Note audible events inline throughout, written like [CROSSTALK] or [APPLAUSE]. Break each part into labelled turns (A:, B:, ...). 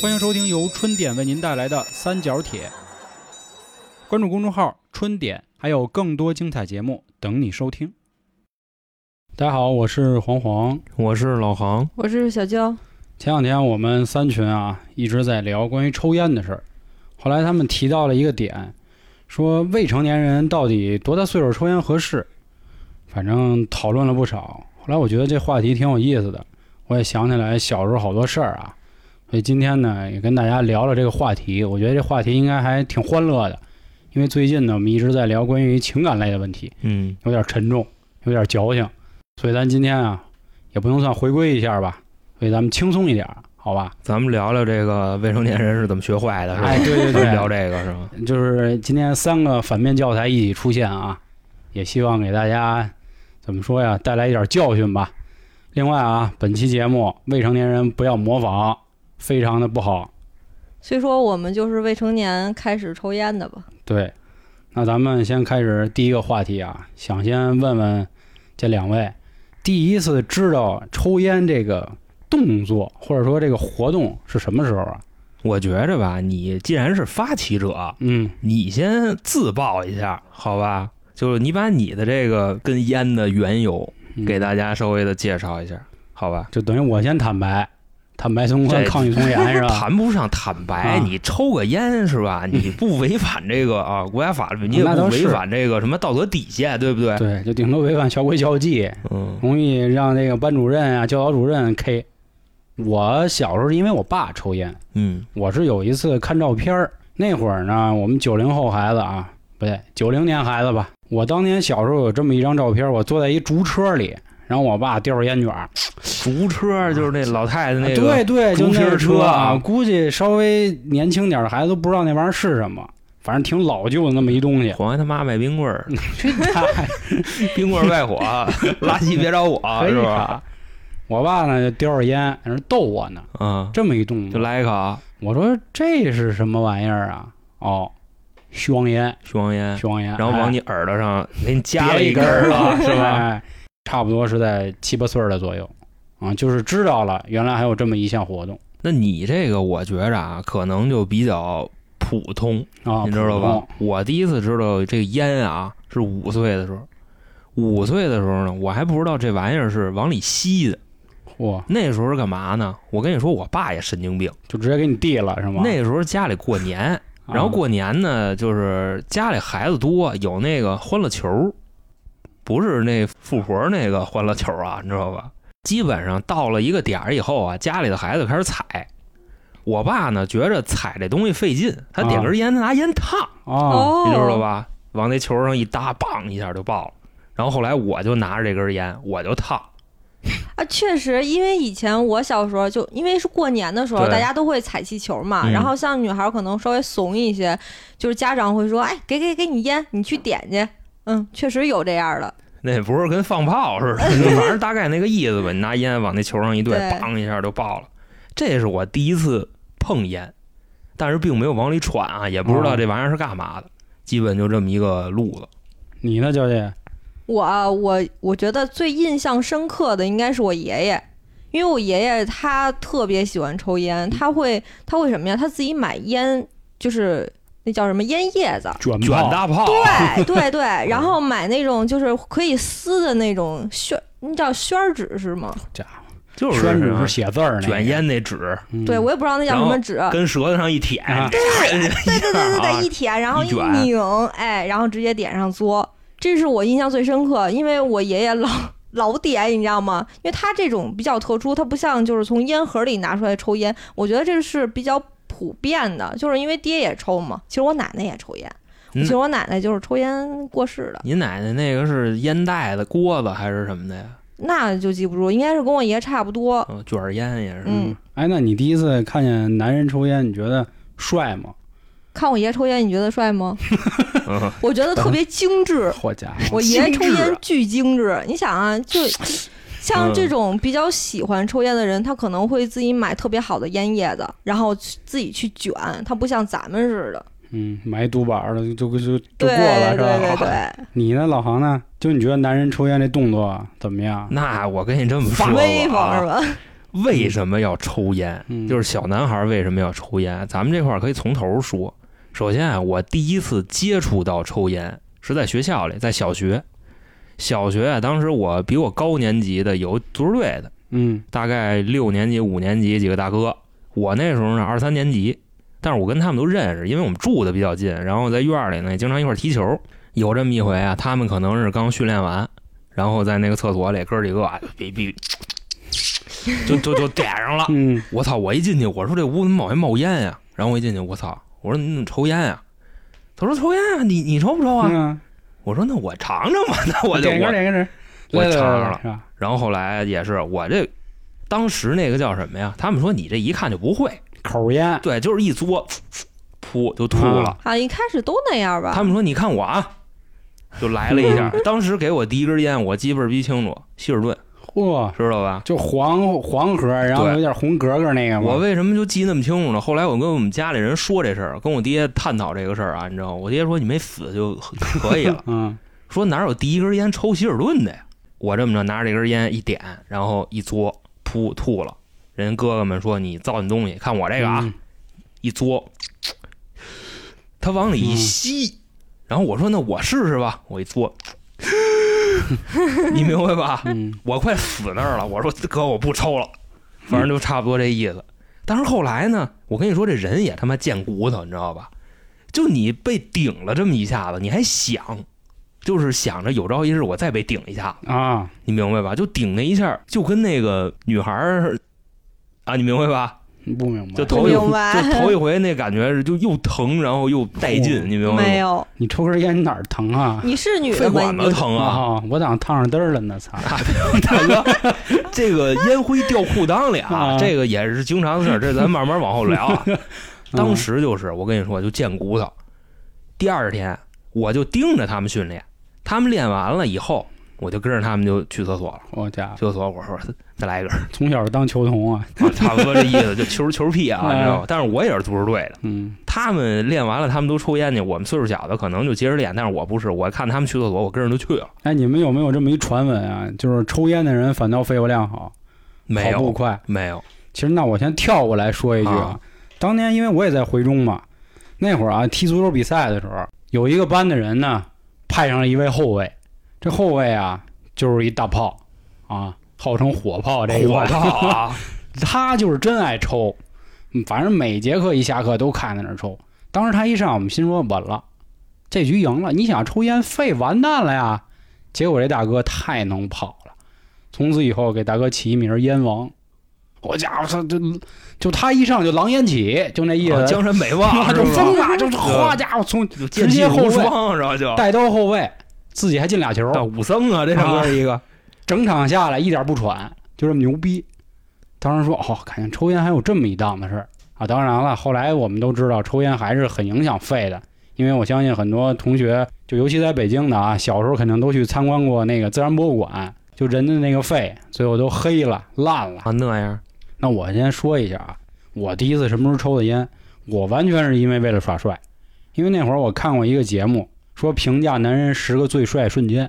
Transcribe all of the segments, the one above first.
A: 欢迎收听由春点为您带来的《三角铁》，关注公众号“春点”，还有更多精彩节目等你收听。大家好，我是黄黄。
B: 我是老航，
C: 我是小娇，
A: 前两天我们三群啊一直在聊关于抽烟的事儿，后来他们提到了一个点，说未成年人到底多大岁数抽烟合适？反正讨论了不少。后来我觉得这话题挺有意思的，我也想起来小时候好多事儿啊，所以今天呢也跟大家聊聊这个话题。我觉得这话题应该还挺欢乐的，因为最近呢我们一直在聊关于情感类的问题，
B: 嗯，
A: 有点沉重，有点矫情，所以咱今天啊也不能算回归一下吧，所以咱们轻松一点儿，好吧？
B: 咱们聊聊这个未成年人是怎么学坏的，是吧？
A: 哎，对对
B: 咱们
A: 对，
B: 聊这个是吧？
A: 就是今天三个反面教材一起出现啊，也希望给大家怎么说呀，带来一点教训吧。另外啊，本期节目未成年人不要模仿，非常的不好。
C: 虽说我们就是未成年开始抽烟的吧，
A: 对，那咱们先开始第一个话题啊，想先问问这两位，第一次知道抽烟这个动作或者说这个活动是什么时候啊？
B: 我觉着吧，你既然是发起者，
A: 嗯，
B: 你先自曝一下，好吧？就是你把你的这个跟烟的缘由
A: 嗯
B: 给大家稍微的介绍一下，好吧？
A: 就等于我先坦白，坦白从宽，
B: 这
A: 抗拒从
B: [LAUGHS]
A: 严是吧？
B: 谈不上坦白，
A: 啊
B: 你抽个烟
A: [LAUGHS]
B: 是吧？你不违反这个啊国家法律，你也
A: 那
B: 不
A: 倒是
B: 违反这个什么道德底线，对不对？
A: 对，就顶多违反校规校纪，
B: 嗯，
A: 容易让这个班主任啊、教导主任 K。我小时候是因为我爸抽烟，
B: 嗯
A: 我是有一次看照片儿，那会儿呢，我们九零后孩子啊，不对，九零年孩子吧。我当年小时候有这么一张照片儿，我坐在一竹车里，然后我爸叼着烟卷儿，啊
B: 竹车就是那老太太那个，
A: 对对，就那
B: 竹车
A: 车啊，
B: 啊。
A: 估计稍微年轻点儿的孩子都不知道那玩意儿是什么，反正挺老旧的那么一东西
B: 黄爷他妈卖冰棍 [LAUGHS] 儿，
A: 太
B: 冰棍儿外火，垃圾别找我，
A: 可以
B: 是
A: 啊
B: 吧？
A: 我爸呢就叼着烟，在那儿逗我呢，
B: 嗯，
A: 这么一动
B: 就
A: 作。
B: 来一口
A: 我说这是什么玩意儿啊？哦，香烟，
B: 熊王烟，
A: 香烟，
B: 嗯
A: 哎
B: 然后往
A: 你
B: 你耳朵上给你夹了根儿了，
A: [LAUGHS]
B: 是 [LAUGHS] 吧？
A: 哎差不多是在七八岁儿的左右，啊，就是知道了原来还有这么一项活动
B: 那你这个我觉着啊，可能就比较普通，
A: 啊，
B: 你知
A: 普
B: 道吧
A: 通？？
B: 我第一次知道这个烟啊，是五岁的时候。五岁的时候呢，我还不知道这玩意儿是往里吸的。
A: 嚯，
B: 那时候是干嘛呢？我跟你说，我爸也神经病。
A: 就直接给你递了是吗？
B: 那时候家里过年，
A: 啊
B: 然后过年呢，就是家里孩子多，有那个欢乐球儿，不是那富婆那个欢乐球儿啊，你知道吧？基本上到了一个点儿以后啊，家里的孩子开始踩。我爸呢，觉着踩这东西费劲，他点根烟，他拿烟烫，
C: 哦
A: 啊，
B: 你知道？吧？往那球上一搭，梆一下就爆了。然后后来我就拿着这根烟，我就烫。
C: 啊，确实，因为以前我小时候就因为是过年的时候，
B: 对
C: 大家都会踩气球嘛，
B: 嗯
C: 然后像女孩可能稍微怂一些，就是家长会说，哎，给给给你烟，你去点去。嗯，确实有这样的，
B: [LAUGHS] 那不是跟放炮
C: [LAUGHS]
B: 似的，那玩意儿大概那个意思吧。你拿烟往那球上一对，
C: 对
B: 梆一下就爆了。这是我第一次碰烟，但是并没有往里喘啊，也不
C: 哦
B: 知道这玩意儿是干嘛的，基本就这么一个路子。
A: 你呢，娇姐？
C: 我啊我我觉得最印象深刻的应该是我爷爷，因为我爷爷他特别喜欢抽烟，他会他会什么呀？他自己买烟，就是那叫什么烟叶子。
A: 卷
B: 卷
A: 炮
B: 大炮，
C: 对
B: [LAUGHS]
C: 对对，然后买那种就是可以撕的那种宣，那叫宣纸是吗？
B: 就是啊
A: 宣纸是写字儿那个，
B: 卷烟那纸，
A: 嗯，
C: 对，我也不知道那叫什么纸。
B: 跟舌头上一舔，
A: 啊
C: 啊对对对对
B: 啊
C: 对，一舔，然后
B: 一
C: 一
B: 卷
C: 拧，哎，然后直接点上嘬，这是我印象最深刻，因为我爷爷老老点，你知道吗？因为他这种比较特殊，他不像就是从烟盒里拿出来抽烟，我觉得这是比较普遍的，就是因为爹也抽嘛，其实我奶奶也抽烟，
B: 嗯
C: 其实我奶奶就是抽烟过世的，
B: 你奶奶那个是烟袋子、锅子还是什么的呀？
C: 那就记不住，应该是跟我爷差不多。
B: 嗯，卷儿烟也是。 [LAUGHS]
C: 嗯，
A: 哎，那你第一次看见男人抽烟，你觉得帅吗？
C: 看我爷抽烟，你觉得帅吗？
B: 嗯
C: 我觉得特别精致，
A: 好家伙！
C: 我爷爷
B: 精
C: 抽
B: 致
C: 烟
B: 啊
C: 巨精致，你想啊，就像这种比较喜欢抽烟的人，他可能会自己买特别好的烟叶子，然后去自己去卷，他不像咱们似的。
A: 嗯，买一独板儿的就就就就过
C: 对
A: 了
C: 对
A: 是吧？
C: 对 [LAUGHS] 对，
A: 你呢，老航呢？就你觉得男人抽烟这动作怎么样？
B: 那我跟你这么说吧啊，
C: 威风是吧？
B: 为什么要抽烟？
A: 嗯
B: 就是小男孩为什么要抽烟？咱们这块儿可以从头说。首先啊，我第一次接触到抽烟是在学校里，在小学。小学啊，当时我比我高年级的有足球队的，
A: 嗯
B: 大概六年级、五年级几个大哥，我那时候呢二三年级，但是我跟他们都认识，因为我们住的比较近，然后在院儿里呢也经常一块儿踢球。有这么一回啊，他们可能是刚训练完，然后在那个厕所里哥几个哎比比，就就就点上了。
A: 嗯
B: 我操！我一进去，我说这屋怎么往外冒烟呀、然后我一进去，我操！我说你怎么抽烟呀、他说抽烟啊，你你抽不抽啊？
A: 嗯，
B: 我说那我尝尝吧，那我就
A: 点一
B: 我
A: 根点一根，
B: 我
A: 来来
B: 尝
A: 来
B: 上了
A: 是吧？
B: 然后后来也是我这，当时那个叫什么呀？他们说你这一看就不会，
A: 口烟，
B: 对，就是一嘬，噗就吐了。
A: 啊
C: 好像一开始都那样吧。
B: 他们说你看我啊，就来了一下。当时给我第一根烟，我记倍儿逼清楚，希尔顿，
A: 嚯，
B: 知道吧？
A: 就黄黄盒，然后
B: 对
A: 有点红格格那个
B: 我
A: 嘛。，
B: 为什么就记那么清楚呢？后来我跟我们家里人说这事儿，跟我爹探讨这个事儿啊，你知道吗？我爹说你没死就可以了
A: 嗯
B: 说哪有第一根烟抽希尔顿的呀？我这么着拿着这根烟一点，然后一嘬，噗吐了。人哥哥们说你造你东西，看我这个啊，
A: 嗯
B: 一嘬，他往里一吸，然后我说那我试试吧，我一嘬， [LAUGHS] 你明白吧？
A: 嗯
B: 我快死那儿了，我说哥我不抽了，反正就差不多这意思。但是后来呢，我跟你说这人也他妈贱骨头，你知道吧？就你被顶了这么一下子，你还想，就是想着有朝一日我再被顶一下，
A: 啊，
B: 你明白吧？就顶那一下，就跟那个女孩儿啊，你明白吧？
A: 不明白，
B: 就
C: 不
B: 头一
C: 明白
B: 就头一回那感觉是就又疼，然后又带
A: 哦
C: [LAUGHS]
B: 劲，你明白吗？
C: 没有，
A: 你抽根烟你哪儿疼啊？
C: 你是女
B: 肺
C: 的吗？
B: 管
C: 你
B: 子
C: 就
B: 疼啊！
A: 啊，我当烫上灯儿了呢，操！
B: 大哥， [LAUGHS] 这个烟灰掉裤裆里啊，
A: 啊
B: 这个也是经常的事儿，这咱慢慢往后聊啊。当
A: [LAUGHS] 嗯
B: 时就是我跟你说，就贱骨头。第二天我就盯着他们训练，他们练完了以后，我就跟着他们就去厕所了。
A: 我家
B: 去厕所我说再来一根儿， [LAUGHS]
A: 从小当球童啊，
B: 差不多这意思，就球球屁啊，你知道吗
A: 哎？
B: 但是我也是足球队的。
A: 嗯
B: 他们练完了，他们都抽烟去。我们岁数小的可能就接着练，但是我不是，我看他们去厕所，我跟着就去了。
A: 哎，你们有没有这么一传闻啊？就是抽烟的人反倒肺活量好，
B: 没
A: 跑步
B: 有，
A: 快。
B: 没有，
A: 其实那我先跳过来说一句
B: 啊，
A: 当年因为我也在回中嘛，那会儿啊踢足球比赛的时候，有一个班的人呢派上了一位后卫，这后卫啊就是一大炮啊，号称火炮这一
B: 火
A: 块，
B: 炮
A: [LAUGHS]
B: 啊！
A: 他就是真爱抽，嗯反正每节课一下课都看在那儿抽。当时他一上，我们心说稳了，这局赢了。你想抽烟肺完蛋了呀？结果这大哥太能跑了，从此以后给大哥起一名儿烟王。我家伙，他就就他一上就狼烟起，就那意思，
B: 啊江山
A: [LAUGHS]
B: 美望
A: 啊
B: 是
A: 就
B: 吧
A: 疯了，就是哗家伙从
B: 就
A: 直接后
B: 后
A: 卫
B: 双，然后就
A: 带刀后卫，自己还进俩球，
B: 到武僧啊，这上边一个
A: 整场下来一点不喘，就这么牛逼。当时说哦，看见抽烟还有这么一档子事儿啊！当然了，后来我们都知道抽烟还是很影响肺的，因为我相信很多同学，就尤其在北京的啊，小时候肯定都去参观过那个自然博物馆，就人的那个肺最后都黑了、烂了。
B: 啊那样
A: 那我先说一下啊，我第一次什么时候抽的烟，我完全是因为为了耍帅，因为那会儿我看过一个节目，说评价男人十个最帅瞬间，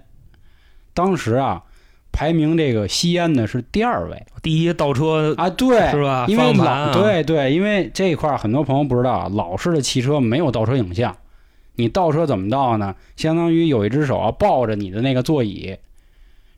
A: 当时啊，排名这个吸烟的是第二位
B: 第一倒车
A: 啊，对，
B: 呃是吧？
A: 因为
B: 方向盘
A: 老
B: 啊
A: 对对，因为这一块儿很多朋友不知道啊，老式的汽车没有倒车影像，你倒车怎么倒呢？相当于有一只手啊抱着你的那个座椅，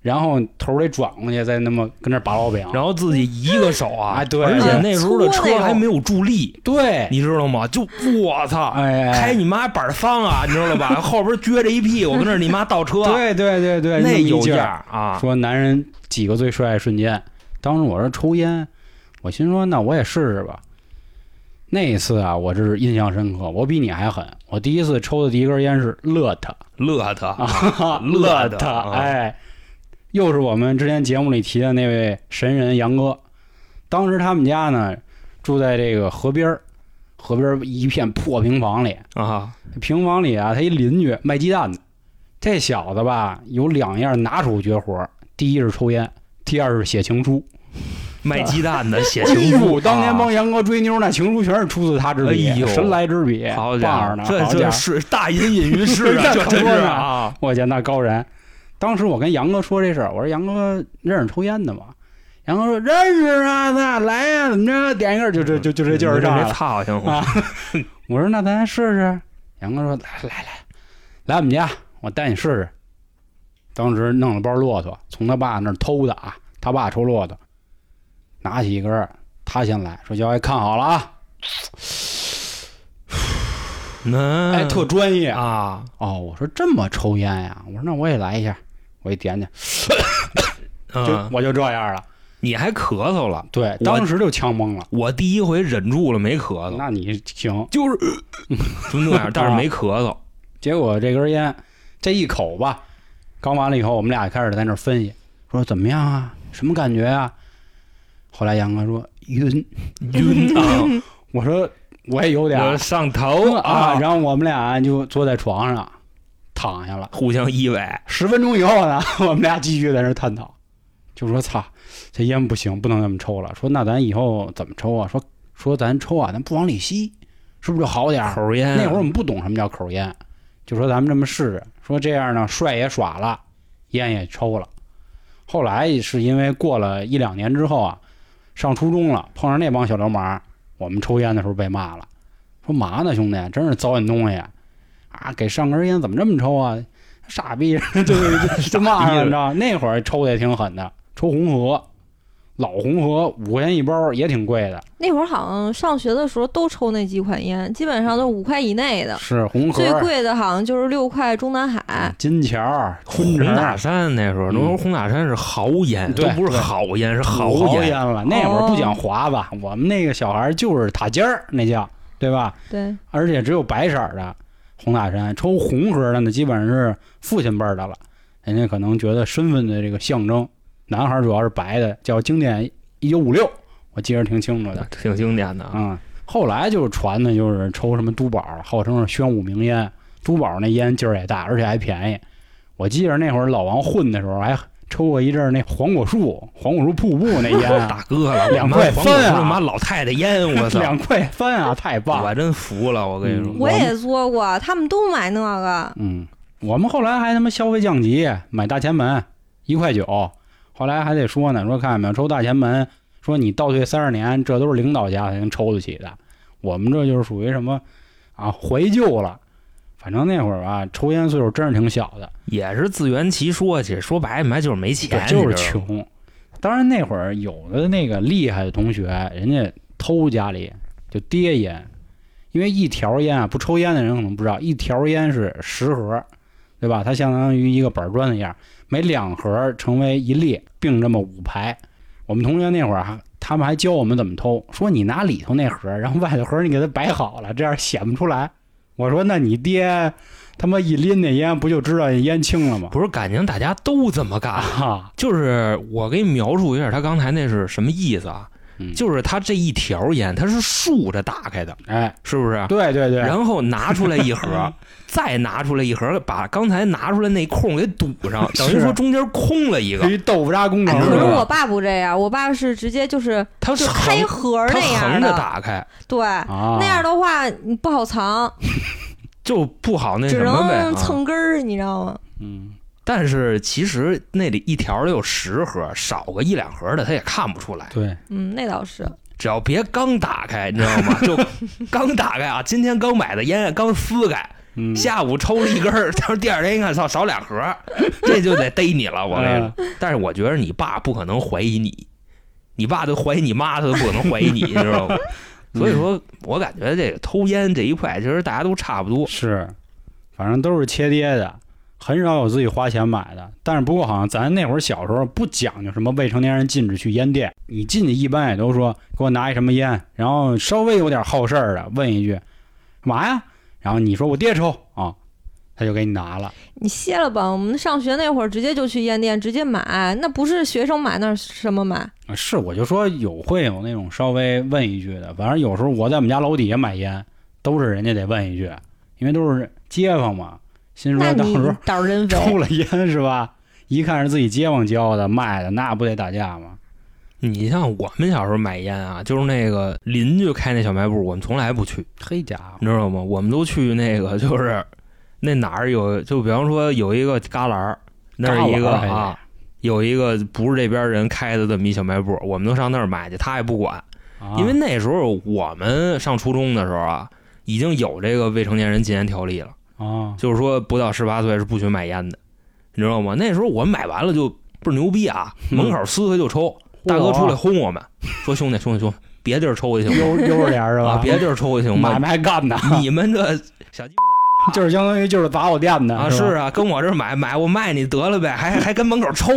A: 然后头儿得转过去，再那么跟那儿拔烙饼，
B: 然后自己一个手啊
A: 哎，对
B: 而且那时候的
C: 搓那
B: 车
C: 种
B: 还没有助力，
A: 对，
B: 你知道吗？就我操！
A: 哎哎
B: 开你妈板儿桑啊，你知道吧？后边撅着一屁股跟那儿你妈倒车，
A: 对对对对，
B: 那
A: 么一
B: 有
A: 劲
B: 样
A: 儿。
B: 儿啊！
A: 说男人几个最帅的瞬间，当时我说抽烟，我心说那我也试试吧。那一次啊，我这是印象深刻，我比你还狠。我第一次抽的第一根烟是乐特，
B: 乐他
A: 啊， [LAUGHS]
B: 乐的
A: 的，
B: 啊
A: 哎，又是我们之前节目里提的那位神人杨哥。当时他们家呢住在这个河边儿，河边儿一片破平房里，
B: 啊，
A: 平房里啊，他一邻居卖鸡蛋的，这小子吧有两样拿手绝活儿，第一是抽烟，第二是写情书。
B: 卖鸡蛋的写
A: 哎
B: 情
A: 呦，
B: 书，
A: 当年帮
B: 啊
A: 杨哥追妞那情书全是出自他之笔，
B: 哎呦
A: 神来之笔，
B: 好
A: 棒
B: 家
A: 着呢，
B: 伙，
A: 好
B: 这
A: 家
B: 这
A: 伙！
B: 是大隐隐于市啊，
A: [LAUGHS] 这
B: 这
A: 可
B: 真是
A: 不嘛
B: 啊，
A: 我去，那高人。当时我跟杨哥说这事儿，我说杨哥认识抽烟的吗？然后说认识啊，那来呀、怎么着，点一根儿就这就就这劲儿上来
B: 别
A: 了。
B: 操行吗？
A: 啊我说那咱试试。杨哥说来来来，来我们家，我带你试试。当时弄了包骆驼，从他爸那儿偷的啊，他爸抽骆驼，拿起一根儿，他先来说：“小爱看好了啊，
B: 嗯，
A: 哎，特专业
B: 啊，
A: 哦。”我说这么抽烟呀？我说那我也来一下，我一点点，就
B: 嗯，
A: 我就这样了。
B: 你还咳嗽了，
A: 对，当时就呛懵了。
B: 我第一回忍住了没咳嗽，
A: 那你行，
B: 就是
A: [LAUGHS]
B: 就那样，但是没咳嗽。
A: 结果这根烟这一口吧，刚完了以后，我们俩开始在那儿分析，说怎么样啊，什么感觉啊？后来杨哥说晕，
B: 晕 [LAUGHS] 啊，
A: 我说我也有点
B: 我
A: 儿
B: 上头
A: 啊，然后我们俩就坐在床上躺下了。
B: 互相依偎，
A: 十分钟以后呢， [LAUGHS] 我们俩继续在那儿探讨，就说操，这烟不行，不能那么抽了。说那咱以后怎么抽啊？说说咱抽啊，咱不往里吸，是不是就好点儿？
B: 口烟
A: 那会儿我们不懂什么叫口烟，就说咱们这么试试，说这样呢，帅也耍了，烟也抽了。后来是因为过了一两年之后啊，上初中了，碰上那帮小流氓，我们抽烟的时候被骂了，说嘛呢兄弟，真是糟践东西啊！给上根烟怎么这么抽啊？傻逼， [LAUGHS] 就就就骂上了，你知道？那会儿抽的也挺狠的，抽红河，老红河五块钱一包，也挺贵的，
C: 那会儿好像上学的时候都抽那几款烟，基本上都五块以内的，
A: 是红河
C: 哦最、贵啊的好像就是六块中南海。
A: 金钱儿、春
B: 红
A: 城
B: 塔山那时候，
A: 嗯
B: 那时候红塔山是豪烟，都
A: 对
B: 不是好烟，是
A: 好
B: 豪
A: 烟
B: 烟。
A: 了。那会儿不讲华子，我们那个小孩儿就是塔尖儿，那叫对吧？
C: 对，
A: 而且只有白色儿的红塔山，抽红盒的那基本上是父亲辈儿的了。人家可能觉得身份的这个象征，男孩儿主要是白的，叫经典一九五六，我记着挺清楚的。
B: 挺经典的啊，
A: 嗯，后来就是传的就是抽什么都宝，号称是宣武名烟，都宝那烟劲儿也大，而且还便宜。我记着那会儿老王混的时候，还抽过一阵儿那黄果树、黄果树瀑布那烟、
B: [LAUGHS]
A: 啊，
B: 大哥了，
A: 两
B: 我妈
A: 块
B: 黄
A: 三啊
B: 狗他妈老太太烟， [LAUGHS] 我
A: [LAUGHS]
B: 操！
A: 两块三啊，太棒了！
B: 我真服了，我跟你说，
A: 嗯
C: 我也做过，他们都买那个。
A: 嗯，我们后来还他妈消费降级，买大前门一块九，后来还得说呢，说看见没有，抽大前门，说你倒退三十年，这都是领导家才能抽得起的，我们这就是属于什么啊怀旧了。反正那会儿吧，抽烟岁数真是挺小的，
B: 也是自圆其说去，说白了嘛就是没钱，
A: 就
B: 你
A: 是
B: 知道吗。
A: 穷。当然那会儿有的那个厉害的同学，人家偷家里就跌烟，因为一条烟啊，不抽烟的人可能不知道，一条烟是十盒，对吧？它相当于一个板砖的样，每两盒成为一列，并这么五排。我们同学那会儿还，他们还教我们怎么偷，说你拿里头那盒，然后外头盒你给它摆好了，这样显不出来。我说那你爹他妈一拎那烟，不就知道烟轻了吗？
B: 不是，感情大家都这么干。
A: 啊，
B: 就是我给你描述一下，他刚才那是什么意思啊？
A: 嗯
B: 就是他这一条烟，它是竖着打开的，
A: [LAUGHS] 哎。
B: 是不是？
A: 对对对，
B: 然后拿出来
A: [LAUGHS]
B: 一盒，再拿出来一盒，把刚才拿出来那空给堵上，
A: [LAUGHS] 是
B: 等于说中间空了一
A: 至
B: 个。
A: 于豆腐渣工程
B: 哎
C: 可
A: 是
C: 是
A: 吧
C: 我爸不这样，我爸是直接就是
B: 它
C: 就是开
B: 横，
C: 盒儿
B: 它
C: 那样
B: 横着
C: 的，
B: 打开，
C: 对，
A: 啊，
C: 那样的话你不好藏，
B: 就不好那
C: 只
B: 什么呗。啊
C: 能蹭根儿，你知道吗？
A: 嗯，
B: 但是其实那里一条里有十盒，少个一两盒的他也看不出来。
A: 对，
C: 嗯，那倒是。
B: 只要别刚打开，你知道吗？就刚打开啊，今天刚买的烟刚撕开，
A: 嗯，
B: 下午抽了一根儿，他说第二天一看，操，少两盒儿，这就得逮你了。我
A: 嗯
B: 跟你说，
A: 呃
B: 但是我觉得你爸不可能怀疑你，你爸都怀疑你妈，他都不可能怀疑你，你知道 [LAUGHS] 吗？所以说我感觉这个偷烟这一块，其实大家都差不多。
A: 是，反正都是切爹的，很少有自己花钱买的。但是不过好像咱那会儿小时候不讲究什么未成年人禁止去烟店，你进去一般也都说给我拿一什么烟，然后稍微有点好事儿的问一句干嘛呀，然后你说我爹抽啊，他就给你拿了，
C: 你歇了吧，我们上学那会儿直接就去烟店直接买，那不是学生买那是什么买？
A: 啊是，我就说有会有那种稍微问一句的，反正有时候我在我们家楼底下买烟，都是人家得问一句，因为都是街坊嘛，心
C: 那
A: 说到
C: 你
A: 时候
C: 胆儿真
A: 抽
C: 肥。
A: 了烟是吧？一看是自己街坊教的卖的，那不得打架吗？
B: 你像我们小时候买烟啊，就是那个邻居开那小卖部，我们从来不去。
A: 黑家伙，
B: 你知道吗？我们都去那个，就是那哪儿有，就比方说有一个旮旯儿，那
A: 旮
B: 是
A: 旯
B: 一个
A: 儿还
B: 啊，有一个不是这边人开的这么一小卖部，我们能上那儿买去，他也不管，
A: 啊
B: 因为那时候我们上初中的时候啊，已经有这个未成年人禁烟条例了，
A: 啊，
B: 就是说不到十八岁是不许买烟的，你知道吗？那时候我们买完了就倍儿牛
A: [LAUGHS]
B: 逼啊，
A: 嗯
B: 门口撕开就抽，大哥出来轰我们，说兄弟兄弟兄弟，别地儿抽去行吗？
A: 悠悠着点儿是吧？
B: 啊，别地儿抽去行吗
A: 买？卖干
B: [LAUGHS]
A: 的，
B: 你们这小鸡巴崽子啊
A: 就是相当于就是杂货店的
B: 啊，
A: 是
B: 是
A: 吧
B: 啊，跟我这儿买买，我卖你得了呗，还还跟门口
A: [LAUGHS]
B: 抽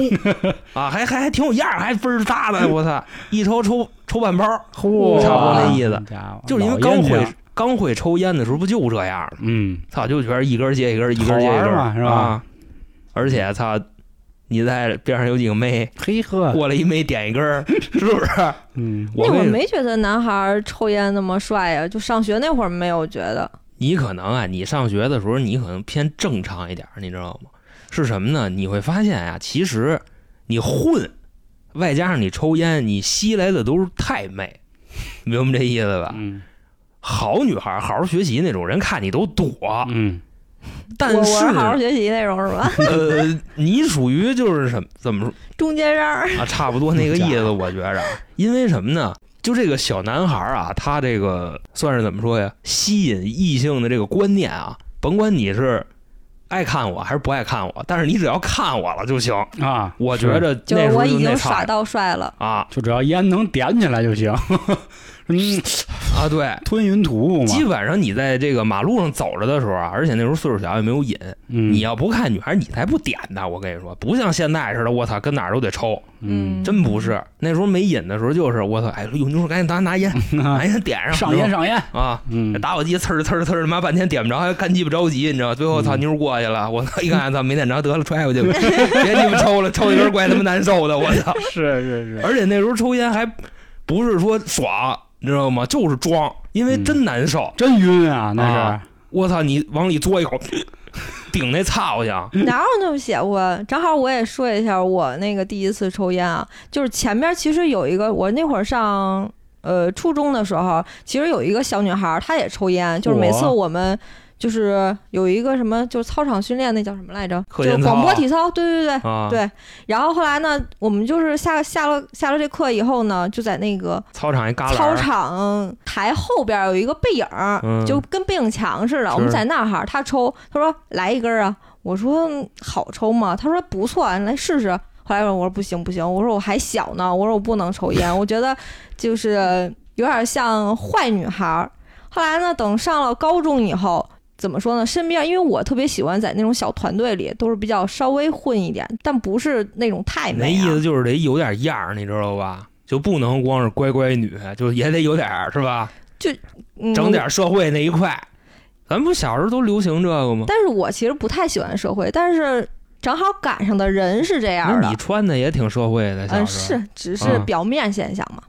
B: 啊，还还还挺有样儿，还倍儿大呢，我操，一抽抽抽半包，
A: 嚯，
B: 差不多那意思
A: 好家伙，
B: 啊就是因为
A: 老
B: 刚
A: 烟啊
B: 会
A: 枪，
B: 刚会抽烟的时候不就这样吗？
A: 嗯，
B: 操，就觉得一根儿接一根儿，一根儿接一根
A: 好玩
B: 儿
A: 嘛是吧
B: 啊而且操，你在边上有几个妹，
A: 嘿呵，
B: 过来一妹点一根儿，是
A: [LAUGHS]
B: 不是？
A: 嗯，
B: 我
C: 那会儿
B: 跟你
C: 没觉得男孩儿抽烟那么帅呀、就上学那会儿没有觉得。
B: 你可能啊，你上学的时候你可能偏正常一点儿，你知道吗？是什么呢？你会发现呀、其实你混，外加上你抽烟，你吸来的都是太妹，明白这意思吧？
A: 嗯
B: 好女孩儿好好学习那种人看你都躲，
A: 嗯，
B: 但
C: 我我
B: 是
C: 是好好学习那种是吧？ [LAUGHS]
B: 呃，你属于就是什么怎么说？
C: 中间人儿，
B: 啊，差不多那个意
A: [LAUGHS]
B: 思，我觉着，因为什么呢？就这个小男孩啊，他这个算是怎么说呀？吸引异性的这个观念啊，甭管你是爱看我还是不爱看我，但是你只要看我了就行。
A: 啊，
B: 我觉
A: 是
B: 着
C: 就
B: 那
C: 是
B: 时候
C: 我已
B: 那
C: 经
B: 差
C: 耍到帅了。
B: 啊
A: 就只要烟能点起来就行， [LAUGHS] 嗯，
B: 啊，对，
A: 吞云吐雾嘛
B: 基，本上你在这个马路上走着的时候啊，而且那时候岁数小也没有瘾，
A: 嗯，
B: 你要不看女孩，你才不点呢。我跟你说，不像现在似的，我操，跟哪儿都得抽，
A: 嗯，
B: 真不是。那时候没瘾的时候，就是我操，哎呦，你说赶紧拿
A: [LAUGHS]
B: 拿烟，拿烟点上，
A: 上烟上烟，
B: 啊，
A: 嗯，
B: 打火机呲儿呲儿呲儿，他妈半天点不着，还干鸡巴着急，你知道吗？最后操
A: 嗯
B: 妞儿过去了，我操！一看操没点着，得了，揣回去
C: [LAUGHS]
B: 吧，别鸡巴抽了，抽一根儿怪他妈难受的，我操！
A: 是是是，
B: 而且那时候抽烟还不是说爽，你知道吗？就是装，因
C: 嗯
B: 为真难受。
A: 真晕啊，那是，
B: 我操！你往里嘬一口， [LAUGHS] 顶那操去啊！
C: 哪有那么邪乎啊？正好我也说一下我那个第一次抽烟啊，就是前面其实有一个，我那会儿上呃初中的时候，其实有一个小女孩儿，她也抽烟，就是每次
A: 我
C: 我们。就是有一个什么，就是操场训练那叫什么来着？
B: 课
C: 就
B: 间
C: 是
B: 操
C: 广播体操，对对对。
B: 啊，
C: [LAUGHS] 对然后后来呢，我们就是下下了下了这课以后呢，就在那个
B: 操场一旮旯
C: 操
B: 儿，
C: 场台后边有一个背影儿，
B: 嗯
C: 就跟背影墙似的。我们在那儿哈，他抽，他说来一根儿啊，我说嗯好抽吗？他说不错，你来试试。后来我说不行不行，我说我还小呢，我说我不能抽烟，我觉得就是有点像坏女孩儿。后来呢，等上了高中以后，怎么说呢？身边因为我特别喜欢在那种小团队里，都是比较稍微混一点，但不是那种太
B: 那
C: 没、
B: 意
C: 啊、
B: 思就是得有点样儿，你知道吧？就不能光是乖乖女，就也得有点儿是吧？
C: 嗯
B: 整点社会那一块。咱不小时候都流行这个吗？
C: 但是我其实不太喜欢社会，但是正好赶上的人是这样
B: 那
C: 的
B: 你，穿的也挺社会的，小
C: 嗯，
B: 时候。
C: 是只是
B: 嗯
C: 表面现象嘛。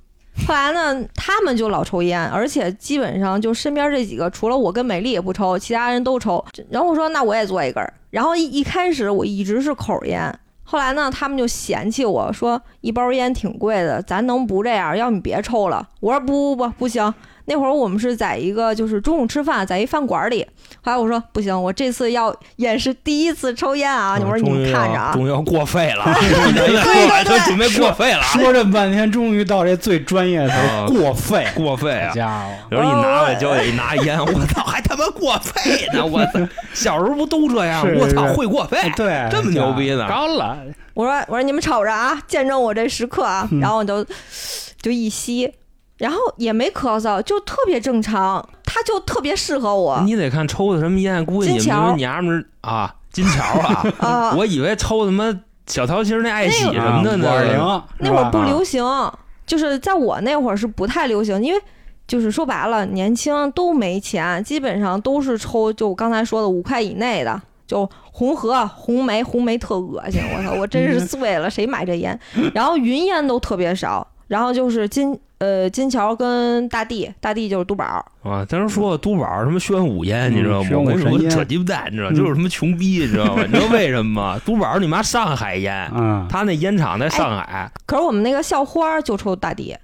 C: 后来呢，他们就老抽烟，而且基本上就身边这几个，除了我跟美丽也不抽，其他人都抽。然后我说那我也做一根儿，然后一一开始我一直是口烟。后来呢，他们就嫌弃我说一包烟挺贵的，咱能不这样？要你别抽了。我说不不不不行。那会儿我们是在一个就是中午吃饭，在一饭馆里。后来我说不行，我这次要演示第一次抽烟啊！你们说
B: 嗯
C: 你
B: 终
C: 们
B: 于
C: 看着啊，
B: 终于要过肺了， [LAUGHS] 对
C: [LAUGHS] 对
B: 准备过肺了，
A: 说这半天，终于到这最专业的词儿
B: 啊
A: 过肺，
B: 过肺
A: 好
B: 啊！
A: 家伙，
B: 然后一
C: 哦
B: 拿过来就得拿烟，我操，还他妈过肺呢！我操，小时候不都这样？
A: 是是
B: 我操，
A: 是
B: 会过肺，
C: 哎
A: 哎对，
B: 哎这么牛逼呢
A: 高了，
C: 我说我说你们瞅着啊，见证我这时刻啊，然后我就就一吸，然后也没咳嗽，就特别正常，他就特别适合我
B: 你得看抽的什么烟，估计你
C: 金
B: 们
C: 桥
B: 这娘们儿啊，金桥啊，
C: [LAUGHS] 啊、
B: 我以为抽他妈小桃心儿那爱喜什么的
A: 啊五二零
B: 呢。，
A: 是
C: 那会儿
A: 吧啊
C: 不流行，就是在我那会儿是不太流行，因为就是说白了，年轻都没钱，基本上都是抽就我刚才说的五块以内的，就红盒、红梅、红梅特恶心，我操，我真是醉了，谁买这烟？然后云烟都特别少，然后就是金呃金桥跟大地，大地就是督宝。
B: 啊，当时说都玩什么宣武烟，你知道吗？
A: 嗯
B: 我跟
A: 宣武神
B: 你说
A: 烟嗯
B: 扯鸡巴蛋，你知道，就是他妈穷逼，你知道吗？你知道为什么吗？都玩你妈上海烟，
A: 嗯，
B: 他那烟厂在上
A: 哎
B: 海，
C: 可是我们那个校花儿就抽大地，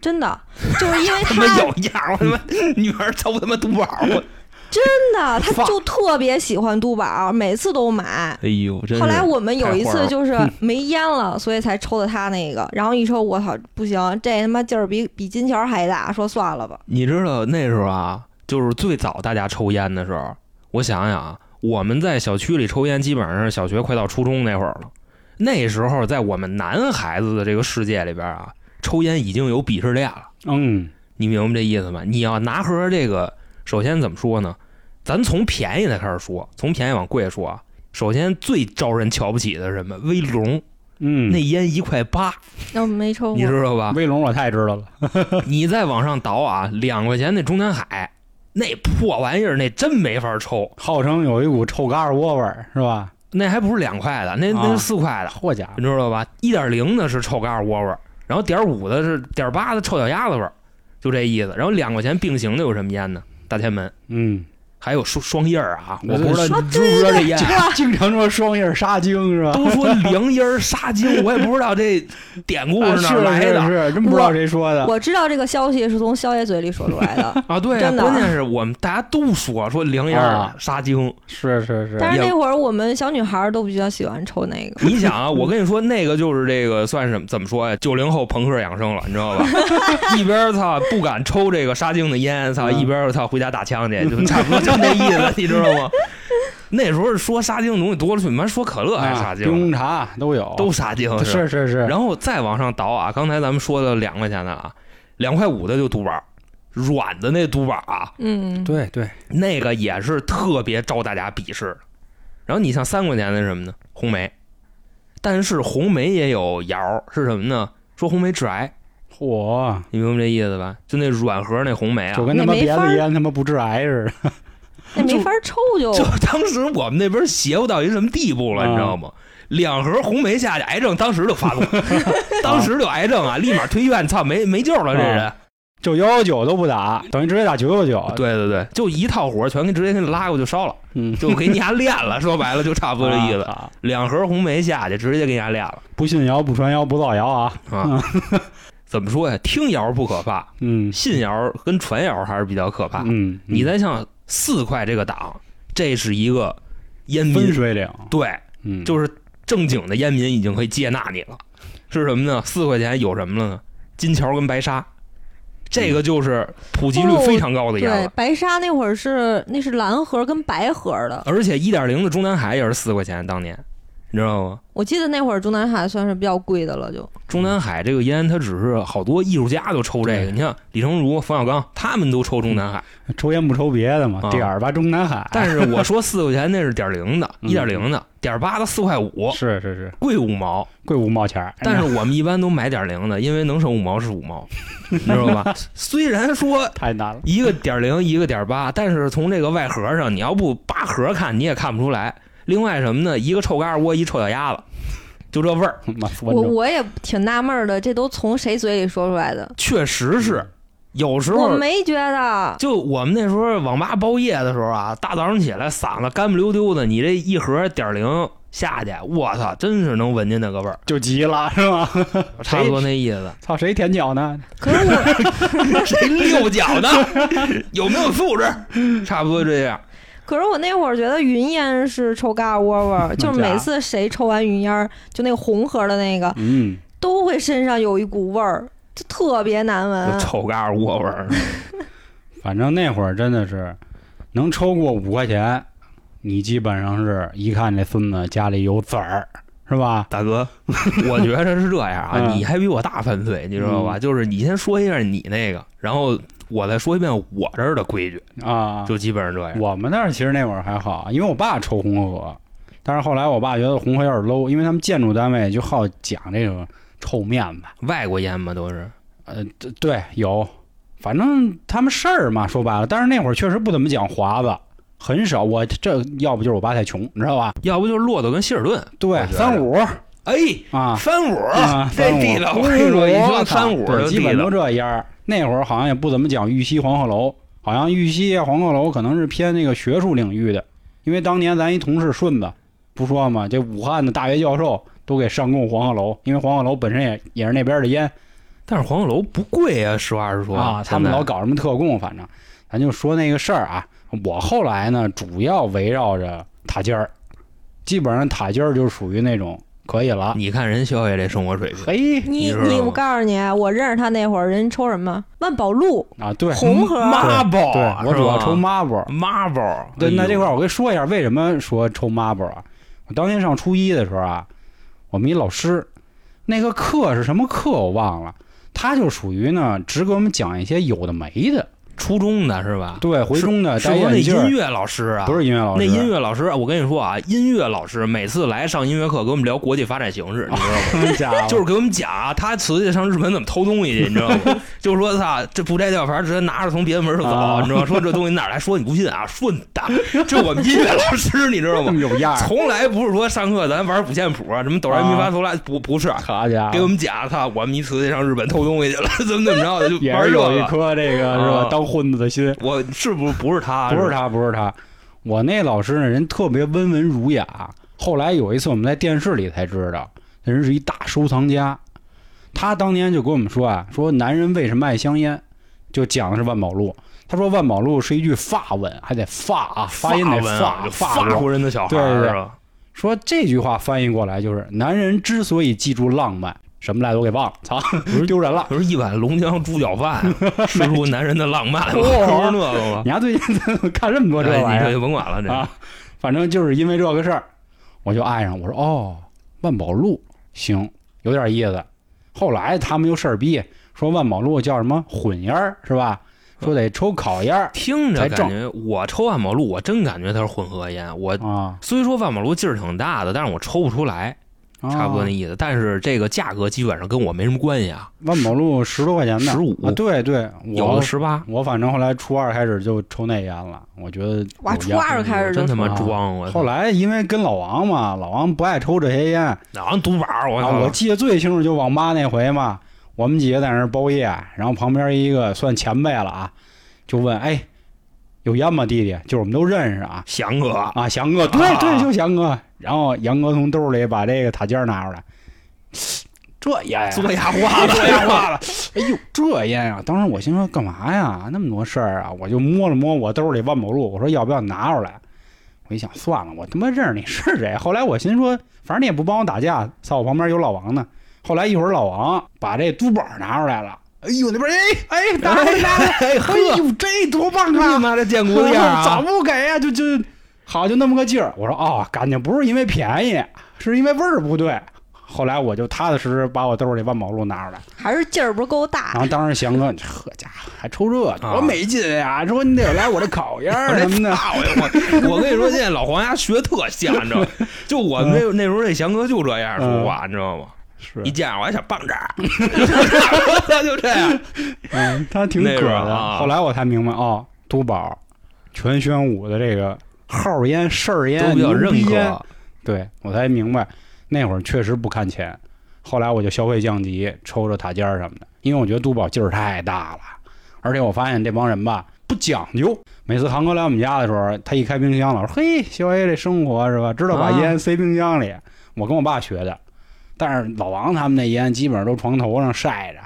C: 真的，就是因
B: [LAUGHS]
C: 为
B: 他
C: 他
A: [LAUGHS]
B: 妈有样儿，我他妈女儿抽他妈都玩，我
C: 真的，他就特别喜欢都宝，每次都买。
B: 哎呦，真是
C: 后来我们有一
B: 太花
C: 次
B: 了
C: 就是
B: 嗯
C: 没烟了，所以才抽的他那个，然后一抽我操不行，这他妈劲儿比比金条还大，说算了吧。
B: 你知道那时候啊，就是最早大家抽烟的时候，我想想啊，我们在小区里抽烟，基本上是小学快到初中那会儿了。那时候在我们男孩子的这个世界里边啊，抽烟已经有鄙视链了。
A: 嗯，
B: 你明白这意思吗？你要拿盒这个，首先怎么说呢？咱从便宜的开始说，从便宜往贵说啊。首先最招人瞧不起的是什么？威龙
A: 嗯，
B: 那烟一块八，
C: 那我们没抽
B: 你
C: 过，
B: 知道吧？
A: 威龙我太知道了，
B: 你再往上倒啊，两块钱那中南海那破玩意儿，那真没法抽，
A: 号称有一股臭嘎吱窝味儿，是吧？
B: 那还不是两块的，那那
A: 啊
B: 是四块的，
A: 好家伙，
B: 你知道吧？一点零的是臭嘎儿窝味儿，然后点五的是点八的臭脚丫子味儿，就这意思。然后两块钱并行的有什么烟呢？大前门。
A: 嗯，
B: 还有双双叶儿啊，
A: 我
B: 我不知道
A: 啊
B: 你知不知道这烟，
A: 经常说双叶杀精是吧？
B: 都说凉烟儿杀精，我也不知道这典故
A: 啊
B: 是哪儿来的，
A: 是是是，真不知道谁说的。
C: 我知道这个消息是从肖爷嘴里说出来的
B: [LAUGHS] 啊。对啊，
C: 真的
B: 关键是我们大家都说说凉烟儿
A: 啊
B: 杀精，
A: 是是是，
C: 但是那会儿我们小女孩儿都比较喜欢抽那
B: [LAUGHS]
C: 个。
B: 你想啊，我跟你说，那个就是这个算是什么怎么说呀？九零后朋克养生了，你知道吧？ [LAUGHS] 一边儿操不敢抽这个杀精的烟，操
A: 嗯
B: 一边儿操回家打枪去，就差不多就那意思，你知道吗？ [LAUGHS] 那时候说杀精的东西多了去，你妈说可乐还杀
A: 啊，
B: 精，
A: 冰红茶都有，
B: 都杀精吧
A: 是是是，
B: 然后再往上倒啊，刚才咱们说的两块钱的啊，两块五的就嘟宝，软的那嘟宝啊，
C: 嗯，
A: 对对，
B: 那个也是特别招大家鄙视的。然后你像三块钱的是什么呢？红梅，但是红梅也有谣儿，是什么呢？说红梅致癌，
A: 嚯，
B: 你明白这意思吧？就那软盒那红梅啊
A: 就，跟他妈
C: 那没
A: 别
C: 法
A: 的
C: 儿
A: 烟他妈不致癌似的。
C: 那没法抽就
B: 就当时我们那边邪乎到一什么地步了，
A: 啊
B: 你知道吗？两盒红梅下去，癌症当时就发作， [LAUGHS] 当时就癌
A: [LAUGHS]
B: 症啊，立马推院，操，没没救了，这人。
A: 就幺幺九都不打，等于直接打九九九。
B: 对对对，啊就一套火全给直接给你拉过去烧了，
A: 嗯，
B: 就给你家练了。说白了就差不多这意思，
A: 啊。啊
B: 两盒红梅下去，直接给你家练了
A: 不信谣，不传谣，不造谣啊。
B: 啊。 [LAUGHS] 怎么说呀？听谣不可怕，
A: 嗯
B: 信谣跟传谣还是比较可怕。
A: 嗯，
B: 你再像四块这个档，这是一个烟
A: 分
B: 民，
A: 水岭，
B: 对，
A: 嗯，
B: 就是是正经的烟民已经可以接纳你了。是什么呢？四块钱有什么了呢？金条跟白沙，这个就是普及率非常高的烟了。
C: 对白沙那会儿是那是蓝盒跟白盒的，
B: 而且一点零的中南海也是四块钱，当年你知道吗？
C: 我记得那会儿中南海算是比较贵的了就，
B: 中南海这个烟，它只是好多艺术家都抽这
A: 对
B: 个，
A: 嗯
B: 你像李成儒、冯小刚他们都抽中南海。
A: 抽烟不抽别的嘛
B: 啊，
A: 点儿吧中南海。
B: 但是我说四块钱那是点零的，
A: [LAUGHS] 嗯
B: 一点零的，点八的四块五，
A: 是是是，
B: 贵五毛。
A: 贵五毛钱儿。哎
B: 但是我们一般都买点零的，因为能省五毛是五毛， [LAUGHS] 你知道吧？虽然说。
A: 太难了。
B: 一个点零，一个点八，但是从这个外盒上，你要不扒盒看，你也看不出来。另外什么呢？一个臭嘎窝，一臭脚丫子，就这味儿。
A: 妈，我
C: 我我也挺纳闷儿的，这都从谁嘴里说出来的？
B: 确实是，有时
C: 我
B: 候
C: 没
B: [LAUGHS]
C: 觉得，
B: 嗯就我们那时候网吧包夜的时候啊，大早上起来嗓子干不溜丢的，你这一盒点零下去，我操，真是能闻见那个味儿，
A: 就急了是吧？
B: 差不多那意 [LAUGHS] 思。
A: 操，谁舔脚呢？
C: 可是我
B: 谁六脚的？ [LAUGHS] 有没有素质？差不多这样。
C: 可是我那会儿觉得云烟是抽嘎吱窝
A: [LAUGHS]
C: 味儿，就是每次谁抽完云烟儿，就那个红盒的那个，
A: 嗯，
C: 都会身上有一股味儿，就特别难
B: 就
C: 闻。
B: 臭嘎窝味儿，
A: 反正那会儿真的是能抽过五块钱，你基本上是一看这孙子家里有子儿，是吧？
B: 大哥， [LAUGHS] 我觉着是这样啊，
A: 嗯
B: 你还比我大半岁，你知道吧？就是你先说一下你那个，然后我再说一遍我这儿的规矩，
A: 啊，
B: 就基本上这样。
A: 我们那儿其实那会儿还好，因为我爸抽红河，但是后来我爸觉得红河有点 low，因为他们建筑单位就好讲这种臭面子。
B: 外国烟嘛都是，
A: 呃，对对，有，反正他们事儿嘛，说白了。但是那会儿确实不怎么讲华子，很少。我这要不就是我爸太穷，你知道吧？
B: 要不就是骆驼跟希尔顿。
A: 对
B: 我，觉得
A: 三五
B: 哎，
A: 啊，
B: 三五
A: 啊，
B: 这
A: 三五
B: 地道，我跟你说，一说三五
A: 对
B: 就
A: 基
B: 地
A: 本都
B: 道。
A: 这样儿。那会儿好像也不怎么讲玉溪黄鹤楼，好像玉溪啊黄鹤楼可能是偏那个学术领域的，因为当年咱一同事顺子不说嘛，这武汉的大学教授都给上供黄鹤楼，因为黄鹤楼本身也也是那边的烟
B: 但是黄鹤楼不贵啊，实话实说
A: 啊，他们老
B: 搞
A: 搞什么特供，反正。咱就说那个事儿啊，我后来呢主要围绕着塔尖儿，基本上塔尖儿就属于那种可以了。
B: 你看人肖爷这生活水平，
A: 嘿
C: 你
B: 你知道吗
C: 我告诉你，我认识他那会儿，人抽什么万宝路
A: 啊，对，
B: 嗯
C: [LAUGHS] 红盒
B: 妈宝，
A: 对我主要抽 marble。
B: marble。哎
A: 对，那这块
B: 儿
A: 儿我跟你说一下，为什么说抽 marble 啊？我当年上初一的时候啊，我们一老师，那个课是什么课我忘了，他就属于呢，只给我们讲一些有的没的。
B: 初中的是吧？
A: 对，回中的
B: 是
A: 戴
B: 不是那
A: 眼镜
B: 音
A: 儿，
B: 乐老师啊，
A: 不是音乐老师，
B: 那音乐老师，我跟你说啊，音乐老师每次来上音乐课，给我们聊国际发展形势，你知道吗？
A: 真家伙，
B: 就是给我们讲啊，他辞去上日本怎么偷
A: [LAUGHS]
B: 东西去，你知道吗？就是说他这不摘吊牌，直接拿着从别的门就走，
A: 啊
B: 你知道吗？说这东西哪儿来？说你不信啊？说你大，这我们音乐老师，你知道
A: 这 [LAUGHS]
B: 吗
A: 么？有样
B: [LAUGHS]
A: 儿，
B: 从来不是说上课咱玩五线谱啊，什么哆来咪发嗦拉，不不是。啊
A: 好家伙，
B: 给我们讲，他我们一辞去上日本偷东西去了，
A: [LAUGHS]
B: 怎么怎么着的，就
A: 也
B: 玩
A: 是
B: 这
A: 有一
B: 个。
A: 颗这个是吧
B: 啊，
A: 当混子的心。
B: 我是不是不是他？
A: 不是他，不是他，我那老师呢，人特别温文儒雅。后来有一次我们在电视里才知道，那人是一大收藏家。他当年就跟我们说啊，说男人为什么爱香烟，就讲的是万宝路。他说万宝路是一句法文，还得法啊，发音得
B: 文
A: 法，
B: 啊就
A: 法国
B: 国人的小孩
A: 对对
B: 儿
A: 对
B: 啊，
A: 说这句话翻译过来就是：男人之所以记住浪漫，什么来着我给忘了，操， [LAUGHS] 丢人了。
B: 就是一碗龙江猪
A: [LAUGHS]
B: 脚饭，吃出男人的浪漫，不是那个 [LAUGHS] 吗？
A: 你丫最近 [LAUGHS] 看这么多这玩意
B: 哎
A: 儿
B: 你，就甭管了，这
A: 啊，反正就是因为这个事儿，我就爱上。我说哦，万宝路行，有点意思。后来他们又事儿逼，说万宝路叫什么混烟儿是吧？说得抽烤烟儿
B: 听着
A: 才
B: 感
A: 正
B: 觉，我抽万宝路，我真感觉它是混合烟。我
A: 啊，
B: 虽说万宝路劲儿挺大的，但是我抽不出来，
A: 啊
B: [LAUGHS] 差不多那意思。但是这个价格基本上跟我没什么关系啊，
A: 万宝路十多块钱呢，
B: 15
A: 啊，对对，
B: 有
A: 我
B: 的十八。
A: 我反正后来初二开始就抽那烟了，我觉得
C: 哇，
A: 有
C: 初
A: 烟
C: 二开始就
B: 真他妈
A: 啊
B: 装我操！
A: 后来因为跟老王嘛，老王不爱抽这些烟，
B: 哪能独板儿我
A: 啊，
B: 操
A: 我！记得最清楚就网吧那回嘛，我们几个在那儿包夜，然后旁边一个算前辈了啊，就问：“哎，有烟吗，弟弟？”就是我们都认识啊
B: 翔哥，
A: 啊，翔哥，对对，就翔哥。然后杨哥从兜里把这个塔尖拿出来，这烟哎呀，
B: 做牙
A: [LAUGHS]
B: 花子，
A: 太话了，哎呦，这烟呀！当时我心说干嘛呀，那么多事儿啊！我就摸了摸我兜里万宝路，我说要不要拿出来？我一想，算了，我他妈认识你是谁。后来我心说，反正你也不帮我打架，在我旁边有老王呢。后来一会儿老王把这嘟宝拿出来了，哎呦那边哎哎拿出来拿出来，
B: 哎
A: 哎呦这多棒啊！
B: 妈这
A: [LAUGHS]
B: 贱啊
A: 我早不给呀、就就好就那么个劲儿。我说哦，感情不是因为便宜，是因为味儿不对。后来我就踏踏实实把我兜里万宝路拿出来，
C: 还是劲儿不够大
A: 然，后当时翔哥，呵家伙还抽这个，
B: 啊
A: 我没劲呀、说你得有来我这烤烟
B: [LAUGHS] 我
A: 儿
B: 这
A: 什么的，
B: 操呀！我我跟你说，现在老黄家学特像，你知道吗？就我们
A: 嗯
B: 那那时候那翔哥就这样说话，你知道吗？
A: 是
B: 一见我还想棒
A: [LAUGHS]
B: 着， [LAUGHS] 他就这样。
A: 嗯，他挺葛
B: 那个
A: 的。
B: 啊
A: 后来我才明白哦，都宝、全宣武的这个号烟、事儿烟、
B: 都比较
A: 牛逼
B: 认
A: 烟
B: 可。
A: 对我才明白，那会儿确实不看钱。后来我就消费降级，抽着塔尖儿什么的，因为我觉得都宝劲儿太大了，而且我发现这帮人吧不讲究。每次航哥来我们家的时候，他一开冰箱了，我说：“嘿，小 A 这生活是吧？知道把
B: 啊
A: 烟塞冰箱里。我跟我爸学的，但是老王他们那烟基本上都床头上晒着，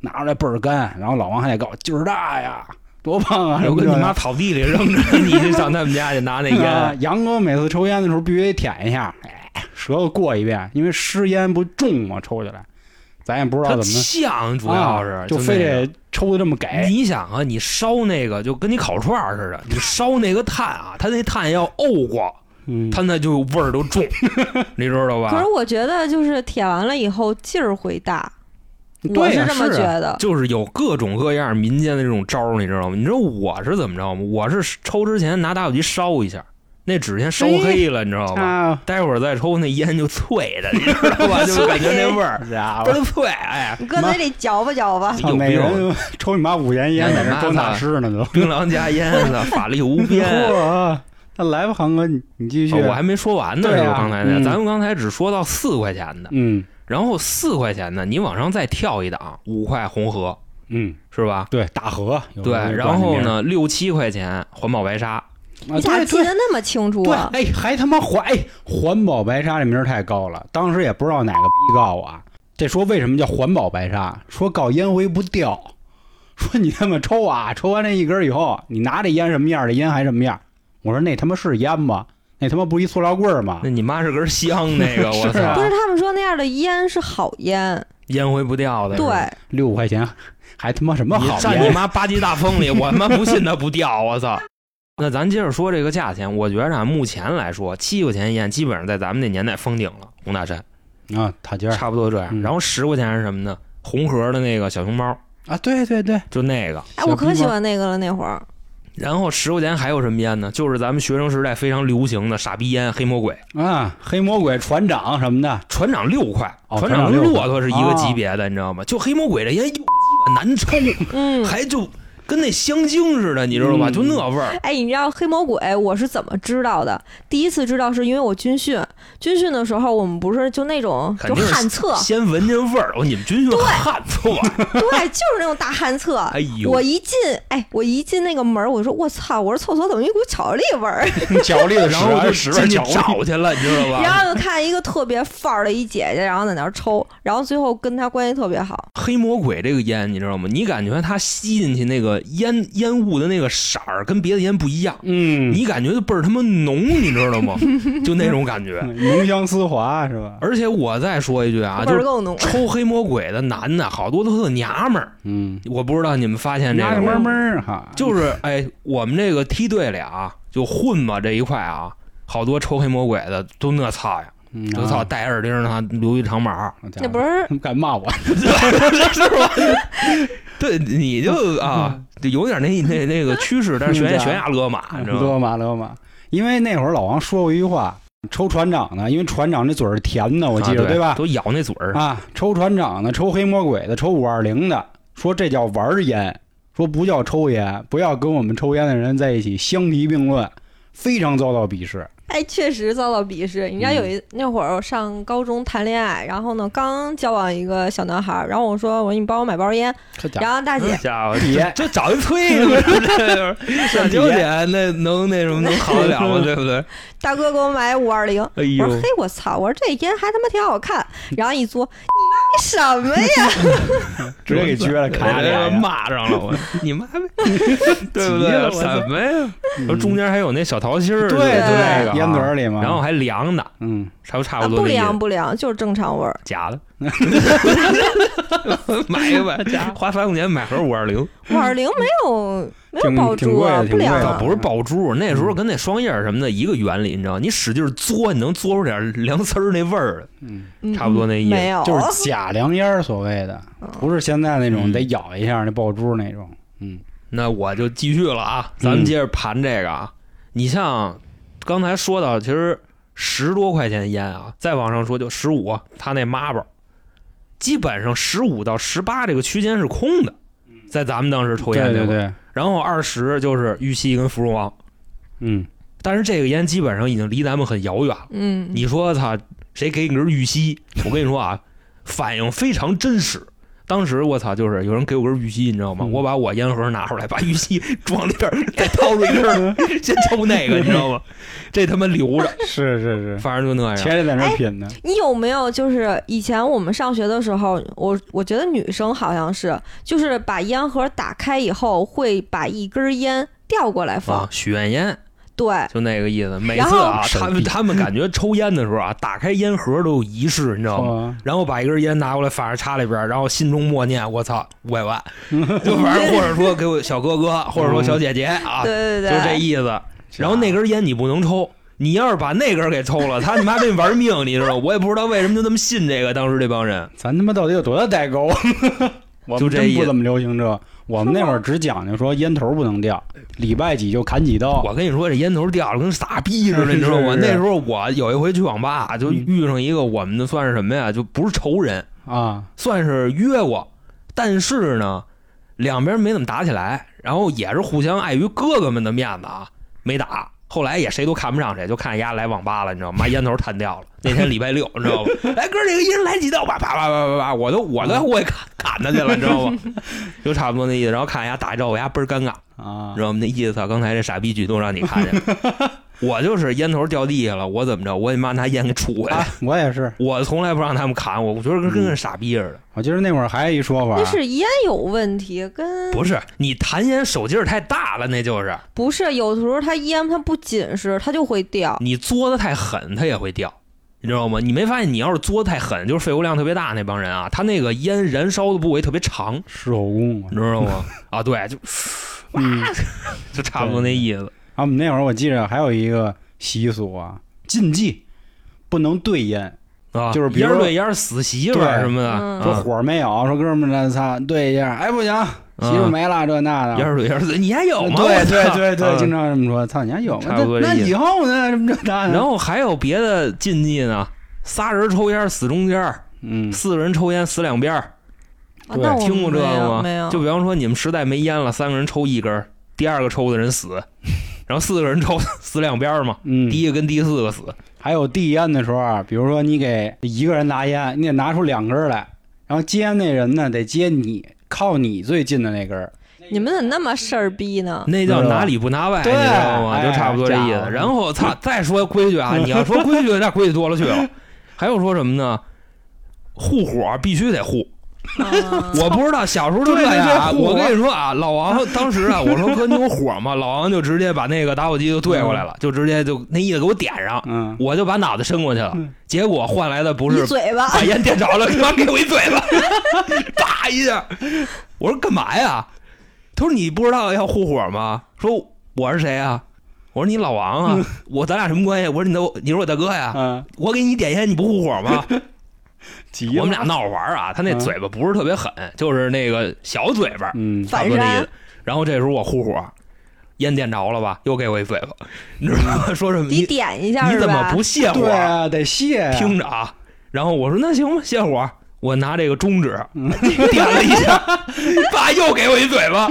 A: 拿出来倍儿干，然后老王还得告我劲儿大呀，多棒啊！
B: 我
A: 什么
B: 跟
A: 这
B: 你
A: 的
B: 妈草地里扔
A: [LAUGHS]
B: 着，你就上他们家去拿那
A: 啊
B: 烟。
A: 杨哥每次抽烟的时候必须得舔一下，哎，舌头过一遍，因为湿烟不重嘛，抽起来，咱也不知道
B: 他
A: 怎么，
B: 呛，主要是
A: 啊就非
B: 那个
A: 得抽的这么给。
B: 你想啊，你烧那个就跟你烤串儿似的，你烧那个炭啊，它那炭要沤过，
A: 嗯，
B: 它那就味儿都
A: [LAUGHS]
B: 重，你知道
C: 可
B: 吧
C: 是？我觉得就是舔完了以后劲儿会大，我
A: 对呀
C: 这么觉
A: 是啊
C: 得。
B: 就是有各种各样民间的这种招儿，你知道吗？你知道我是怎么着吗？我是抽之前拿打火机烧一下，那纸先
C: 哎
B: 烧黑了，你知道吗？
A: 啊，
B: 待会儿再抽，那烟就脆的，你知道
C: [LAUGHS]
B: 吧？就感觉那味儿
A: 好家
B: 倍
A: 伙，
B: 儿脆，哎，
C: 你搁嘴里嚼吧嚼
A: [LAUGHS]
C: 吧，
A: 操
B: 有
A: 每
B: 病啊！ [LAUGHS]
A: 人抽你妈五元烟，在那装大师呢都。
B: 槟榔加烟
A: [LAUGHS]
B: 的，法力无边。
A: 嚯，那来吧，航哥，你你继续。
B: 哦我还没说完呢，
A: 对
B: 是
A: 啊
B: 吧刚才那，
A: 嗯
B: 咱们刚才只说到四块钱的，
A: 嗯
B: 然后四块钱的，你往上再跳一档，五块红河
A: 嗯，
B: 是吧？
A: 对，大河有
B: 对
A: 人，管
B: 然后
A: 这名儿？
B: 呢，六七块钱环保白沙，
C: 你
A: 啊
C: 咋
A: 对
C: 记
A: 对
C: 得那么清楚
A: 对，
C: 啊？
A: 哎，还他妈环哎，环保白沙这名儿太高了，当时也不知道哪个逼告我啊。这说为什么叫环保白沙？说告烟灰不掉，说你他妈抽啊，抽完这一根以后，你拿这烟什么样儿，这烟还什么样儿。我说那他妈是烟吗？那他妈不一塑料棍儿吗
B: 那？你妈是根香
A: [LAUGHS]
B: 那个，我
A: 是啊
C: 不
B: 操，
C: 是他们说那样的烟是好烟，
B: 烟灰不掉的。
C: 对，，
A: 六块钱还他妈什么
B: 你
A: 好
B: 站你
A: 烟？
B: 妈八级大风里，我他妈不信它不掉，我
A: [LAUGHS]
B: 操！那咱接着说这个价钱，我觉着啊，目前来说，七块钱一烟基本上在咱们那年代封顶了，红大山
A: 啊，塔尖儿
B: 差不多这样。
A: 嗯
B: 然后十块钱是什么呢？红盒的那个小熊猫，
A: 啊，对对对，
B: 就那个。
C: 哎，
A: 小
C: 我可
A: 逼
C: 喜
A: 吗
C: 欢那个了，那会儿
B: 然后十块钱还有什么烟呢？就是咱们学生时代非常流行的傻逼烟、黑魔鬼。
A: 啊，黑魔鬼船长什么的，
B: 船长六块，
A: 哦
B: 船长
A: 船长
B: 跟
A: 六块哦
B: 骆驼是一个级别的，你知道吗？就黑魔鬼这烟又鸡巴难抽，
C: 嗯。
B: 还就跟那香精似的，你知道吧？
A: 嗯
B: 就那味儿。
C: 哎，你知道黑魔鬼我是怎么知道的？第一次知道是因为我军训，军训的时候我们不是就那种
B: 肯
C: 就
B: 定是，
C: 旱厕
B: 先闻见味儿，哦，你们军训旱厕啊，
C: 对，就是那种大旱厕。
B: 哎呦，
C: 我一进，哎，我一进那个门儿，我说我操，我说厕所怎么一股巧克力味儿？
A: 嗯 [LAUGHS] 脚力的啊
B: 然后我就
A: 十
B: 进去找去了，你知道
C: [LAUGHS] 然
B: 吧？
C: 后就看一个特别范儿的一姐姐，然后在那儿抽，然后最后跟她关系特别好。
B: 黑魔鬼这个烟，你知道吗？你感觉它吸进去那个烟烟雾的那个色儿跟别的烟不一样，
A: 嗯，
B: 你感觉就倍儿他妈浓，你知道吗？就那种感觉。
A: 浓香丝滑是吧？
B: 而且我再说一句啊，
C: 味
B: 就
C: 儿
B: 是
C: 更浓。
B: 抽黑魔鬼的男的，好多都特娘们儿。
A: 嗯，
B: 我不知道你们发现这
A: 拿
B: 个
A: 着
B: 吗
A: 闷闷儿哈，
B: 就是哎，我们这个梯队里啊，就混吧这一块啊，好多抽黑魔鬼的都那操呀，
A: 嗯
B: 都操，戴耳钉儿呢，留一长毛，
A: 啊
C: 那不是
A: [LAUGHS] 敢骂
B: [LAUGHS]
A: 我？
B: 是吧？
A: [LAUGHS]
B: 对，你就啊，就有点那那那个趋势，但是悬崖
A: 嗯
B: 悬崖勒马，你知道吗？
A: 勒嘛勒嘛，因为那会儿老王说过一句话，抽船长呢，因为船长那嘴儿是甜的，我记
B: 啊
A: 着、
B: 对
A: 吧？
B: 都咬那嘴儿，
A: 啊，抽船长的，抽黑魔鬼的，抽五二零的，说这叫玩儿烟，说不叫抽烟，不要跟我们抽烟的人在一起相提并论，非常遭到鄙视。
C: 哎，确实遭到鄙视。你知道
B: 嗯
C: 有一、那会儿我上高中谈恋爱，然后呢刚交往一个小男孩儿，然后我说我说你帮我买包烟，
A: 这家
C: 然后大姐
B: 好家伙，
A: 别
B: 哎这找一催，
A: [LAUGHS]
B: 上九点那能那什么能好得了吗？对
A: [LAUGHS]
B: 不对？
C: 大哥给我买五二零，
B: 哎
C: 我
B: 呦
C: 说，嘿我操，我说这烟还他妈挺
B: [LAUGHS]
C: 好看，然后一嘬，你妈什么哎呀？
A: 直接给撅了，卡
B: 了，
A: 脸上。
B: 骂上了我，你妈呗，对
A: [LAUGHS]
B: 不
A: 急了
B: 对？
A: 我操
B: 什么呀？说
A: 嗯
B: 中间还有那小桃心儿，
A: 对
B: 就那个
A: 对
B: 啊
A: 烟嘴儿，里嘛，
B: 然后还凉的，
A: 嗯，
B: 差不差
C: 啊
B: 不多
C: 不
B: 这意思
C: 凉不凉，就是正常味儿。
B: 假的，买一个吧，花三块钱买盒五二零，
C: 五二零没有没有
A: 挺
C: 爆
A: 挺
C: 珠啊，
A: 贵的
C: 不
A: 挺贵
C: 凉
A: 的
B: 倒
C: 啊。
B: 不是爆珠，
A: 嗯
B: 那时候跟那双叶儿什么的一个原理，你知道吗？你使劲嘬，你能嘬出点凉丝儿那味儿，
A: 嗯，
C: 嗯
B: 差不多那意思
C: 没有，
A: 就是假凉烟儿，所谓的，不是现在那种
B: 嗯
A: 得咬一下那爆珠那种。嗯
B: 那我就继续了啊，咱们接着盘这个啊。你像刚才说到，其实十多块钱烟啊，再往上说就十五，他那妈宝，基本上十五到十八这个区间是空的，在咱们当时抽烟
A: 对
B: 那
A: 嗯对
B: 会儿
A: 对，
B: 然后二十就是玉溪跟芙蓉王，
A: 嗯，
B: 但是这个烟基本上已经离咱们很遥远了。
C: 嗯，
B: 你说操，谁给你根玉溪？我跟你说啊，反应非常真实。当时我操，就是有人给我根玉溪，你知道吗？
A: 嗯
B: 我把我烟盒拿出来，把玉溪装里边儿，再掏出一根儿，先抽那个，你知道吗？这他妈
A: [LAUGHS]
B: 留着，
A: [LAUGHS] 是是是，
B: 反正就那样。啊
A: 前着在
C: 哎
A: 那儿品呢。
C: 你有没有就是以前我们上学的时候，我我觉得女生好像是，就是把烟盒打开以后会把一根烟调过来放，
B: 啊，许愿烟
C: 对，
B: 就那个意思。每
C: 然
B: 次
C: 后
B: 啊，他
A: 手
B: 们
A: 臂
B: 他们感觉抽烟的时候啊，打开烟盒都有仪式，你知道吗？
A: 哦
B: 然后把一根烟拿过来，反而插里边儿，然后心中默念：“我操，五百万！”就反正或者说给我小哥哥，或者说小姐姐啊，
C: 对
B: [LAUGHS]
C: 对
B: 就这
C: 对，
B: 意思。 [LAUGHS] 然后那根烟你不能抽，你要是把那根给抽了，他你妈跟你玩命，你知道吗？我也不知道为什么就那么信这个，当时这帮人
A: 咱他妈到底有多大代沟？ [LAUGHS] 我
B: 就
A: 们
B: 这
A: 真
B: 意思
A: 不怎么流行这，我们那会儿只讲究说烟头不能掉，礼拜几就砍几刀。
B: 我跟你说，这烟头掉了跟傻逼似的，
A: 是
B: 你知道吗？
A: 哦是
B: 那时候我有一回去网吧，就
A: 嗯
B: 遇上一个我们的算是什么呀？就不是仇人，
A: 啊，
B: 算是约过，但是呢，两边没怎么打起来，然后也是互相碍于哥哥们的面子啊，没打。后来也谁都看不上谁，就看丫来网吧了，你知道吗？把 [LAUGHS] 烟头弹掉了。那天礼拜六，你知
A: [LAUGHS]
B: 道吗？来哥儿几个一人来几道吧，啪啪啪啪啪，我都我都我也砍砍他去了，你知道吗？ [LAUGHS] 就差不多那意思。然后看丫打一照，我丫倍儿尴尬，
A: 啊 [LAUGHS]
B: 你知，道吗？那意思，刚才这傻逼举动让你看见了，我就是烟头掉地下了，我怎么着，我得妈拿烟给杵回来。
A: 啊，我也是，
B: 我从来不让他们砍我，我觉得跟跟个
A: 嗯
B: 傻逼似的。
A: 我记得那会儿还有一说法
B: 啊
C: 那，是烟有问题，跟
B: 不是你弹烟手劲儿太大了，那就是
C: 不是有的时候它烟它不紧实，它就会掉。
B: 你作的太狠，它也会掉，你知道吗？你没发现你要是作的太狠，就是肺活量特别大那帮人啊，他那个烟燃烧的部位特别长，
A: 狮吼功。
B: 你知道
A: [LAUGHS]
B: 吗？啊，对，就
A: 嗯，
B: 就差不多那意思。
A: 啊，我们那会儿我记着还有一个习俗啊，禁忌，不能对烟，
B: 啊，
A: 就是比
B: 烟
A: 如
B: 儿
A: 说
B: 对烟儿死媳妇儿
A: 对
B: 什么的，
C: 嗯
A: 说
B: 啊
A: 火儿没有，说哥们儿，咱仨对一下，哎不行，媳
B: 嗯
A: 妇儿没了这那的，
B: 啊烟儿对烟儿死，你还有吗？
A: 对
B: 我操
A: 对对对，
B: 啊
A: 经常这么说。操，你还有吗
B: 差不？多
A: 那
B: 这意思
A: 以后呢？什么这那的？
B: [LAUGHS] 然后还有别的禁忌呢，仨人抽烟死中间儿，
A: 嗯，
B: 四个人抽烟死两边儿。
C: 啊
A: 对
C: 那我
B: 嗯听过这
C: 没
B: 个
C: 有
B: 吗？
C: 没有，
B: 就比方说你们实在没烟了，三个人抽一根儿，第二个抽的人死， [LAUGHS] 然后四个人抽 [LAUGHS] 死两边儿嘛，
A: 嗯
B: 第，一个跟第四个死。
A: 还有递烟的时候啊，比如说你给一个人拿烟，你得拿出两根儿来，然后接烟那人呢得接你靠你最近的那根儿。
C: 你们怎么那么事儿逼
B: [LAUGHS]
C: 呢？
B: 那叫拿里不拿外，你
A: 对
B: 知道吗？
A: 哎
B: 就差不多这意
A: 家伙
B: 思。然后操，再说规矩啊，你要说规矩，那规矩多了去了。还有说什么呢？护火必须得护，
C: 啊
B: 我不知道小时候就这
A: 对对
B: 样啊。
A: 对护火
B: 我跟你说啊，老王当时啊，我说哥你有火吗？老王就直接把那个打火机就对过来了，就直接就那意思给我点上， [LAUGHS]
A: 嗯，
B: 我就把脑袋伸过去了
A: 嗯，
B: 结果换来的不
C: 你
B: 是
C: 嘴巴，
B: 把烟点着了，他妈给我一嘴巴，啪一下。我说干嘛呀？他说你不知道要护火吗？说我是谁啊？我说你老王啊，我咱俩什么关系？我说你的，你是我大哥呀。
A: 嗯，
B: 我给你点烟，你不护火吗？
A: 急
B: 我
A: 了
B: 们俩闹着玩儿啊，他那
A: 嗯
B: 嘴巴不是特别狠，就是那个小嘴巴，
A: 嗯，
B: 差不多那意
C: 反
B: 思。然后这时候我护火，烟点着了吧，又给我一嘴巴，你知道吗？说什么？[LAUGHS]
C: 你
B: 你
C: 点一下
B: 你
C: 是
B: 怎
C: 吧
B: 么？不泄火
A: 对？啊，得谢啊。
B: 听着啊。然后我说那行吧，泄火。我拿这个中指
A: 嗯
B: 点了一下，
A: [LAUGHS]
B: 爸又给我一嘴巴。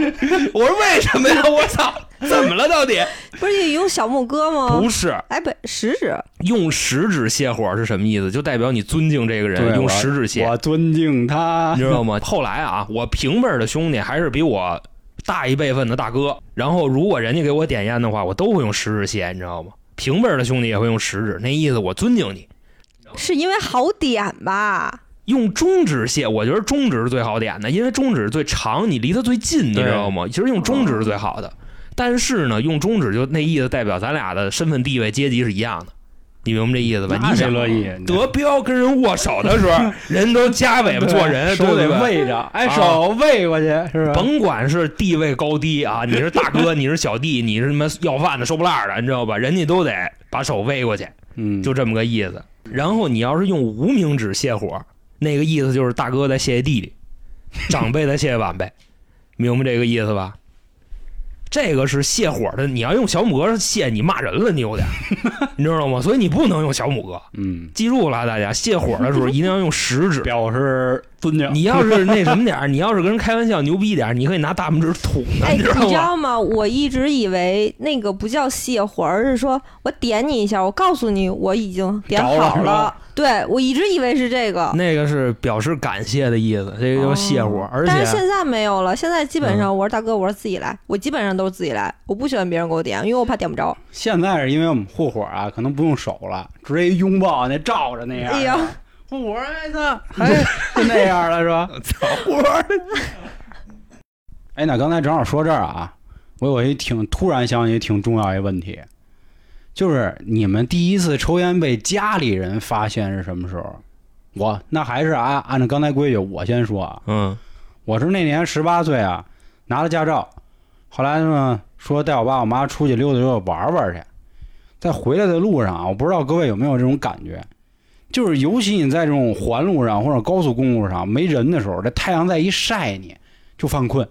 B: 我说为什么呀？我
A: [LAUGHS]
B: 操，怎么了到底？
C: 不是得用小拇哥
A: 嗯
C: 吗？
B: 不是
C: 哎，不，食指。
B: 用食指泄火是什么意思？就代表你尊敬这个
A: 对
B: 人，用
A: 我
B: 食指泄，
A: 我尊敬他
B: 你。知道吗？后来啊，我平辈儿的兄弟还是比我大一辈分的大哥，然后如果人家给我点烟的话，我都会用食指泄，你知道吗？平辈儿的兄弟也会用食指，那意思我尊敬你。
C: 是因为好点吧？
B: 用中指卸，我觉得中指是最好点的，因为中指最长，你离它最近，你
A: 对
B: 知道吗？其实用中指是最好的，但是呢，用中指就那意思代表咱俩的身份地位阶级是一样的，你明白这意思吧？
A: 那
B: 你
A: 谁
B: 想啊
A: 乐意？
B: 德彪跟人握手的
A: [LAUGHS]
B: 时候，人都夹尾巴做人，对
A: 手
B: 不
A: 得
B: 对？
A: 喂着，哎，
B: 啊
A: 手喂过去是吧？
B: 甭管是地位高低啊，你是大哥，你是小弟，你是什么要饭的、收破烂的，你知道吧？人家都得把手喂过去。
A: 嗯，
B: 就这么个意思。然后你要是用无名指泄火，那个意思就是大哥在谢谢
A: [LAUGHS]
B: 弟弟，长辈在谢谢晚辈，明白这个意思吧？这个是泄火的，你要用小拇哥泄，你骂人了，你有点，
A: [LAUGHS]
B: 你知道吗？所以你不能用小拇哥，
A: 嗯，
B: 记住了啊，大家泄火的时候一定要用食
A: [LAUGHS]
B: 指。
A: 表示尊敬。
B: 你要是那什么点儿，你要是跟人开玩笑牛逼一点儿，你可以拿大拇指捅他，
C: 哎，
B: 你
C: 你
B: 知道
C: 知
B: 吗？
C: 道吗？我一直以为那个不叫泄火，而是说我点你一下，我告诉你我已经点
A: 着
C: 好
A: 了
C: 了。
A: 是吧
C: 对我一直以为是这个，
B: 那个是表示感谢的意思，这个叫泄火，而且嗯
C: 哦但是现在没有了。现在基本上我说大哥，我说自己来，我基本上都是自己来，我不喜欢别人给我点，因为我怕点不着。
A: 现在是因为我们护火啊，可能不用手了，直接一拥抱那照着那样。
C: 哎呀，
A: 护火哎操，还就那样了是吧？
B: 操火
A: 哎，那刚才正好说这儿啊，我有一挺突然想起一挺重要一问题，就是你们第一次抽烟被家里人发现是什么时候？我那还是啊按按照刚才规矩，我先说啊，
B: 嗯 [LAUGHS]
A: 我是那年十八岁啊，拿了驾照，后来呢说带我爸我妈出去溜达溜达玩玩去，在回来的路上啊，我不知道各位有没有这种感觉，就是尤其你在这种环路上或者高速公路上没人的时候，这太阳再一晒你就犯困。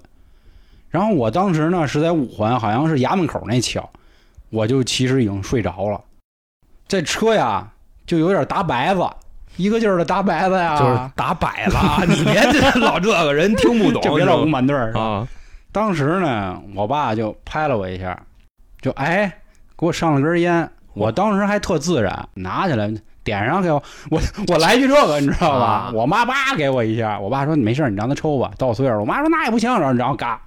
A: 然后我当时呢是在五环，好像是衙门口那桥，我就其实已经睡着了，这车呀就有点打白子，一个劲儿的打白子呀，
B: 就是打摆了啊！你别这老这个人听不
A: [LAUGHS]
B: 懂，
A: 就别老
B: 老
A: 吴满队儿。
B: 啊！
A: 当时呢，我爸就拍了我一下，就哎，给我上了根烟。我当时还特自然，拿起来点上给我， [LAUGHS] 我我来句这个，你知道吧？
B: 啊
A: 我妈叭给我一下，我爸说你没事儿，你让他抽吧，到我岁数了。我妈说那也不行，然后然后嘎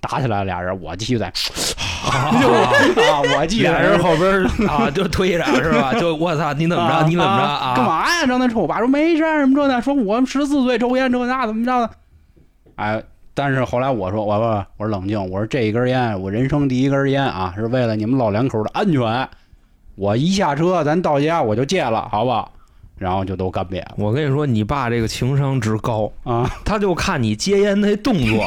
A: 打起来了，俩人我继续在， [LAUGHS] 就
B: [LAUGHS]
A: 啊，我记
B: 俩
A: 得
B: 人后边儿啊就推着是吧？就我操，你怎么着？你怎么着啊？
A: 干？嘛呀？刚才冲我爸说没事儿什么这那，说我十四岁抽烟这那怎么着的？哎，但是后来我说我我我说冷静，我说这一根烟，我人生第一根烟啊，是为了你们老两口的安全。我一下车，咱到家我就戒了，好不好？然后就都干瘪了
B: 我跟你说，你爸这个情商值高，
A: 啊！
B: 他就看你接烟那动作，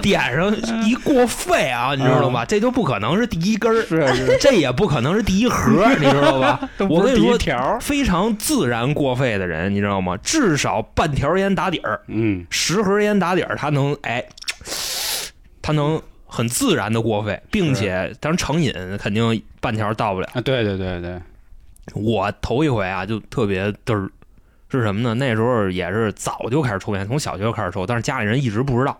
B: 点上一过肺啊，你知道吗？这就不可能是第一根儿，
A: 是 [LAUGHS] 是，
B: 这也不可能是第一盒儿，你知道吧？
A: 都
B: 我
A: 不
B: 跟
A: 是
B: 你
A: 第
B: 说
A: 一条儿，
B: 非常自然过肺的人，你知道吗？至少半条烟打底儿，
A: 嗯，
B: 十盒烟打底儿，他能哎，他能很自然的过肺，并且当然成瘾肯定半条到不了。
A: 啊，对对对对，
B: 我头一回啊，就特别嘚儿，是什么呢？那时候也是早就开始抽烟，从小学就开始抽，但是家里人一直不知道。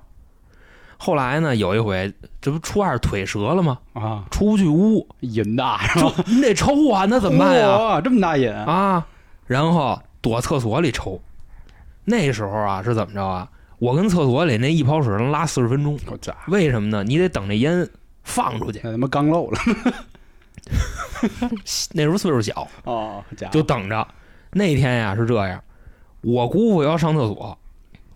B: 后来呢，有一回，这不初二腿折了吗？
A: 啊，
B: 出不去屋，
A: 瘾大是吧
B: 就你得抽啊，那怎么办呀？
A: 哇这么大瘾
B: 啊，然后躲厕所里抽。那时候啊，是怎么着啊？我跟厕所里那一泡水能拉四十分钟，
A: 我操，
B: 为什么呢？你得等这烟放出去。
A: 那他妈刚漏了
B: 那时候岁数小，
A: [LAUGHS] 哦，家
B: 就等着。那天呀是这样，我姑父要上厕所，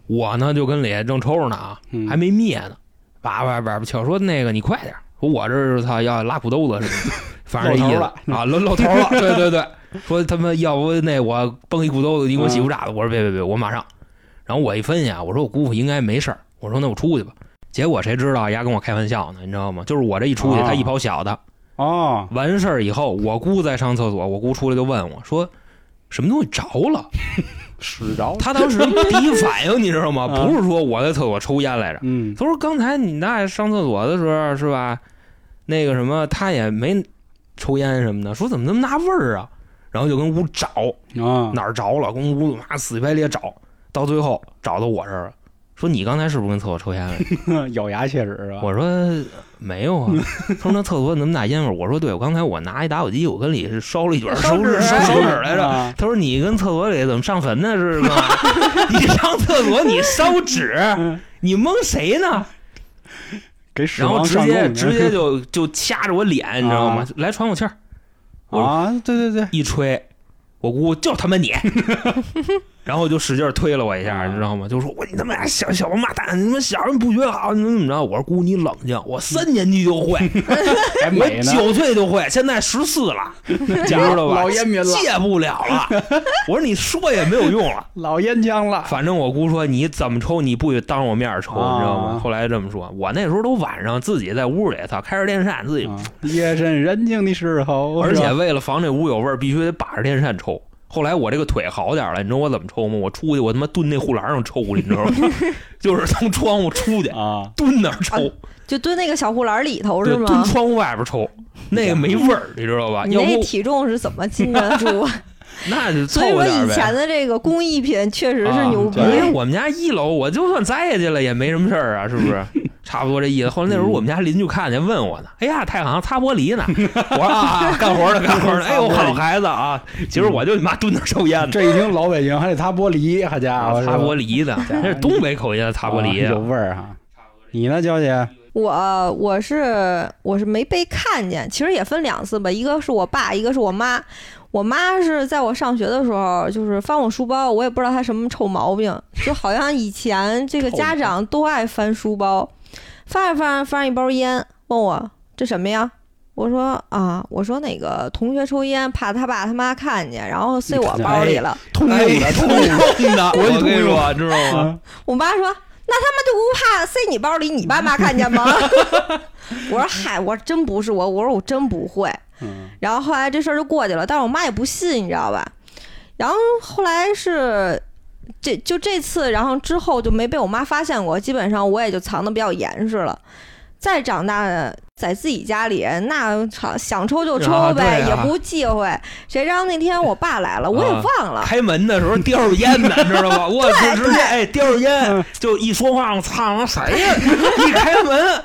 B: 我呢就跟里正抽着呢啊，
A: 嗯
B: 还没灭呢，叭叭叭叭敲说那个你快点儿，说我这是操要拉裤兜子似的，反正这意
A: 露头
B: 思
A: 了
B: 啊露露头
A: [LAUGHS]
B: 了，对对对，说他妈要不那我崩一裤兜子，你给我洗裤衩子，我说别别别，我马上。然后我一分析啊，我说我姑父应该没事儿，我说那我出去吧。结果谁知道丫跟我开玩笑呢，你知道吗？就是我这一出去，
A: 啊
B: 他一跑小的，
A: 哦，
B: 完事儿以后，我姑在上厕所，我姑出来就问我说：“什么东西着了
A: 使着？”了，
B: 她当时第一反应你知道吗？
A: 啊
B: 不是说我在厕所抽烟来着，
A: 嗯，
B: 她说刚才你那上厕所的时候是吧？那个什么，她也没抽烟什么的，说怎么那么大味儿啊？然后就跟屋找
A: 啊，
B: 哪儿着了，跟屋妈死皮赖脸找，到最后找到我这儿了，说你刚才是不是跟厕所抽烟来着？
A: [LAUGHS] 咬牙切齿是吧？
B: 我说没有啊，他说那厕所怎么大烟味儿？我说对，我刚才我拿一打火机，我跟里是烧了一卷
C: 烧
B: 手指
C: 纸
B: 烧手指来着。
A: 啊
B: 他说你跟厕所里怎么上坟呢？是吗？ [LAUGHS] 你上厕所你烧纸，你蒙谁呢？
A: 给屎
B: 然后
A: 王
B: 直
A: 上
B: 接
A: 供去
B: 直接就就掐着我脸，你知道吗
A: 啊？
B: 来喘口气儿，
A: 啊，对对对，
B: 一吹，我姑就他妈你，然后就使劲推了我一下，
A: 啊
B: 你知道吗？就说我你他妈小小王八蛋，你们小人不学好，你怎么怎么着？我说姑你冷静，我三年级就会。
A: 还
B: [LAUGHS] 我
A: 哎美呢，
B: 九岁就会，现在十四了，你知道吧？
A: 老烟民了，
B: 戒不了
C: [LAUGHS]
B: 了。我说你说也没有用了。
A: 老烟枪了，
B: 反正我姑说你怎么抽你不许当着我面抽，
A: 啊
B: 你知道吗？后来这么说，我那时候都晚上自己在屋里，操，开着电扇自己，啊
A: 啊 [LAUGHS] 夜深人静的时候，
B: [LAUGHS] 而
A: 是吧
B: 且为了防这屋有味儿，必须得把着电扇抽。后来我这个腿好点儿了，你知道我怎么抽吗？我出去我他妈蹲那护栏上抽去，你知
C: [LAUGHS]
B: 道吗？就是从窗户出去
A: 啊，
B: 蹲那儿抽，
C: 就蹲那个小护栏里头
B: 对
C: 是，
B: 蹲
C: 吗？
B: 窗户外边抽，那个没味儿，你知道吧？
C: 你
B: 要
C: 那
B: 不
C: 体重是怎么
B: [LAUGHS]
C: 禁得住？
B: 那就凑
C: 所以
B: 合
C: 说
B: 点儿
C: 以
B: 呗。
C: 前的这个工艺品确实是
B: 啊
C: 牛逼
B: 因
A: 对
B: 为我们家一楼，我就算栽下去了也没什么事儿啊，是不
C: [LAUGHS]
B: 是？差不多这意思。后来那时候我们家邻居看见问我呢，哎呀，太行擦玻 [LAUGHS] 璃呢，我说啊，干活呢，干活呢，哎呦，好孩子啊，其实我就你妈蹲那儿抽烟呢，
A: 这一听老北京还得擦玻璃，好家伙，
B: 啊擦玻
A: 璃
B: 璃呢，
A: 家伙
B: 那是东北口音的擦
A: 有
B: 玻璃，啊
A: 味儿哈。你呢，娇姐？
C: 我我是我是没被看见，其实也分两次吧，一个是我爸，一个是我妈。我妈是在我上学的时候，就是翻我书包，我也不知道她什么臭毛病，就好像以前这个家长都爱翻书包，翻着翻着翻一包烟，问我这什么呀？我说啊，我说哪个同学抽烟，怕他爸他妈看见，然后塞我包里了。
A: 通用
B: 哎
A: 的，通 [LAUGHS] 用的
B: 用的，
A: 国际
B: [LAUGHS] 我跟你
A: 通用
B: 说，知道吗？
A: 啊，
C: 我妈说：“那他们就不怕塞你包里，你爸妈看
B: [LAUGHS]
C: 见吗？”我说：“嗨，我说真不是我，我说我真不会。
A: 嗯”
C: 然后后来这事儿就过去了，但是我妈也不信，你知道吧？然后后来是这就这次，然后之后就没被我妈发现过，基本上我也就藏的比较严实了。再长大，在自己家里，那操想抽就抽
B: 啊
C: 呗，
B: 对啊
C: 也不忌讳。谁知道那天我爸来了，我也
B: 啊
C: 忘了，
B: 开门的时候叼着烟呢，你知道
C: [LAUGHS]
B: 吧？我直直接哎叼着烟，就一说话，我操，我谁呀？一开门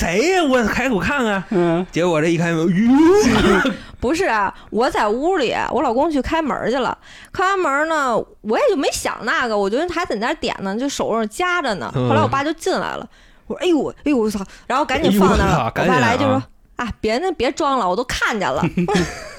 B: 谁呀？我开口看看，
A: 嗯，
B: 结果这一开门，哟，
C: 不是啊，我在屋里，我老公去开门去了。开完门呢，我也就没想那个，我觉得还在那儿点呢，就手上夹着呢。
B: 嗯
C: 后来我爸就进来了，我说：“哎呦，哎呦，我操！”然后赶紧放那
B: 哎呦我
C: 儿。
B: 操 [LAUGHS]
C: 我
B: 赶紧啊
C: 爸来就说：“啊，啊，别那别装了，我都看
B: [LAUGHS]
C: 见了。
B: 嗯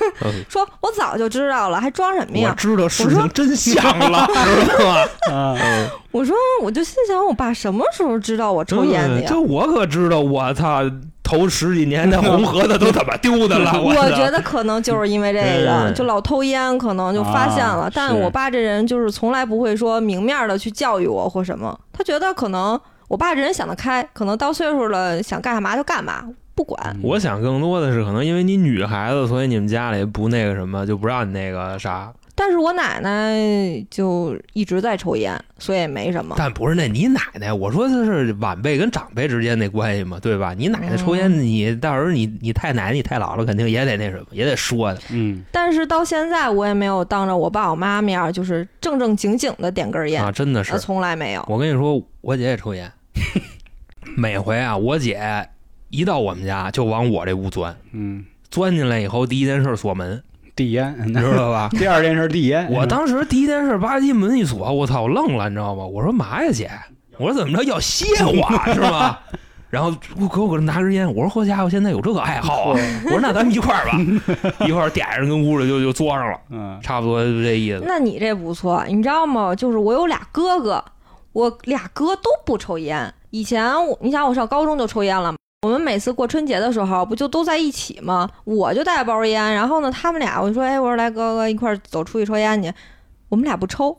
C: [LAUGHS] 说我早就知道了，还装什么
B: 我
C: 呀？
B: 知道事
C: 我说
B: 情真相 [LAUGHS] 了，知道吧？
A: 啊，
B: 嗯
C: 我说我就心想，我爸什么时候知道我 [LAUGHS] 抽
B: 真
C: 烟的
B: 的，
C: 呀？
B: 这我可知道，我操，头十几年那红盒子都怎么丢的
C: [LAUGHS]
B: 了？
C: 我
B: 操
C: 觉得可能就是因为这个
B: 嗯，
C: 就老抽烟，可能就发现了。
A: 啊
C: 但
A: 是
C: 我爸这人就是从来不会说明面的去教育我或什么，他觉得可能我爸这人想得开，可能到岁数了想干嘛就干嘛，不管。
B: 我想更多的是，可能因为你女孩子，所以你们家里不那个什么，就不让你那个啥。
C: 但是我奶奶就一直在抽烟，所以也没什么。
B: 但不是那你奶奶，我说的是晚辈跟长辈之间那关系嘛，对吧？你奶奶抽烟，你到时候你你太奶奶你太姥姥肯定也得那什么，也得说的。
A: 嗯，
C: 但是到现在我也没有当着我爸我妈面儿就是正正经经的点根烟
B: 啊，，真的是
C: 呃。从来没有。
B: 我跟你说，我姐也抽烟，每回啊，我姐一到我们家就往我这屋钻，
A: 嗯，
B: 钻进来以后第一件事锁门。
A: 递烟？
B: 你，知道吧
A: [LAUGHS] 第二件事递烟，
B: [LAUGHS] 我当时第一件事吧唧门一锁，我操，我愣了，你知道吗？我说嘛呀姐，我说怎么着要歇我啊是吗？然后我给我拿根烟，我说好家伙，现在有这个爱好啊！我说那咱们一块儿吧，一块儿点上跟屋里就就坐上了， [LAUGHS]
A: 嗯，
B: 差不多就这意思。
C: 那你这不错，你知道吗？就是我有俩哥哥，我俩哥都不抽烟。以前我，你想我上高中就抽烟了嘛，我们每次过春节的时候不就都在一起吗？我就带包烟，然后呢，他们俩我就说，哎，我说来哥哥一块儿走出去抽烟去，我们俩不抽，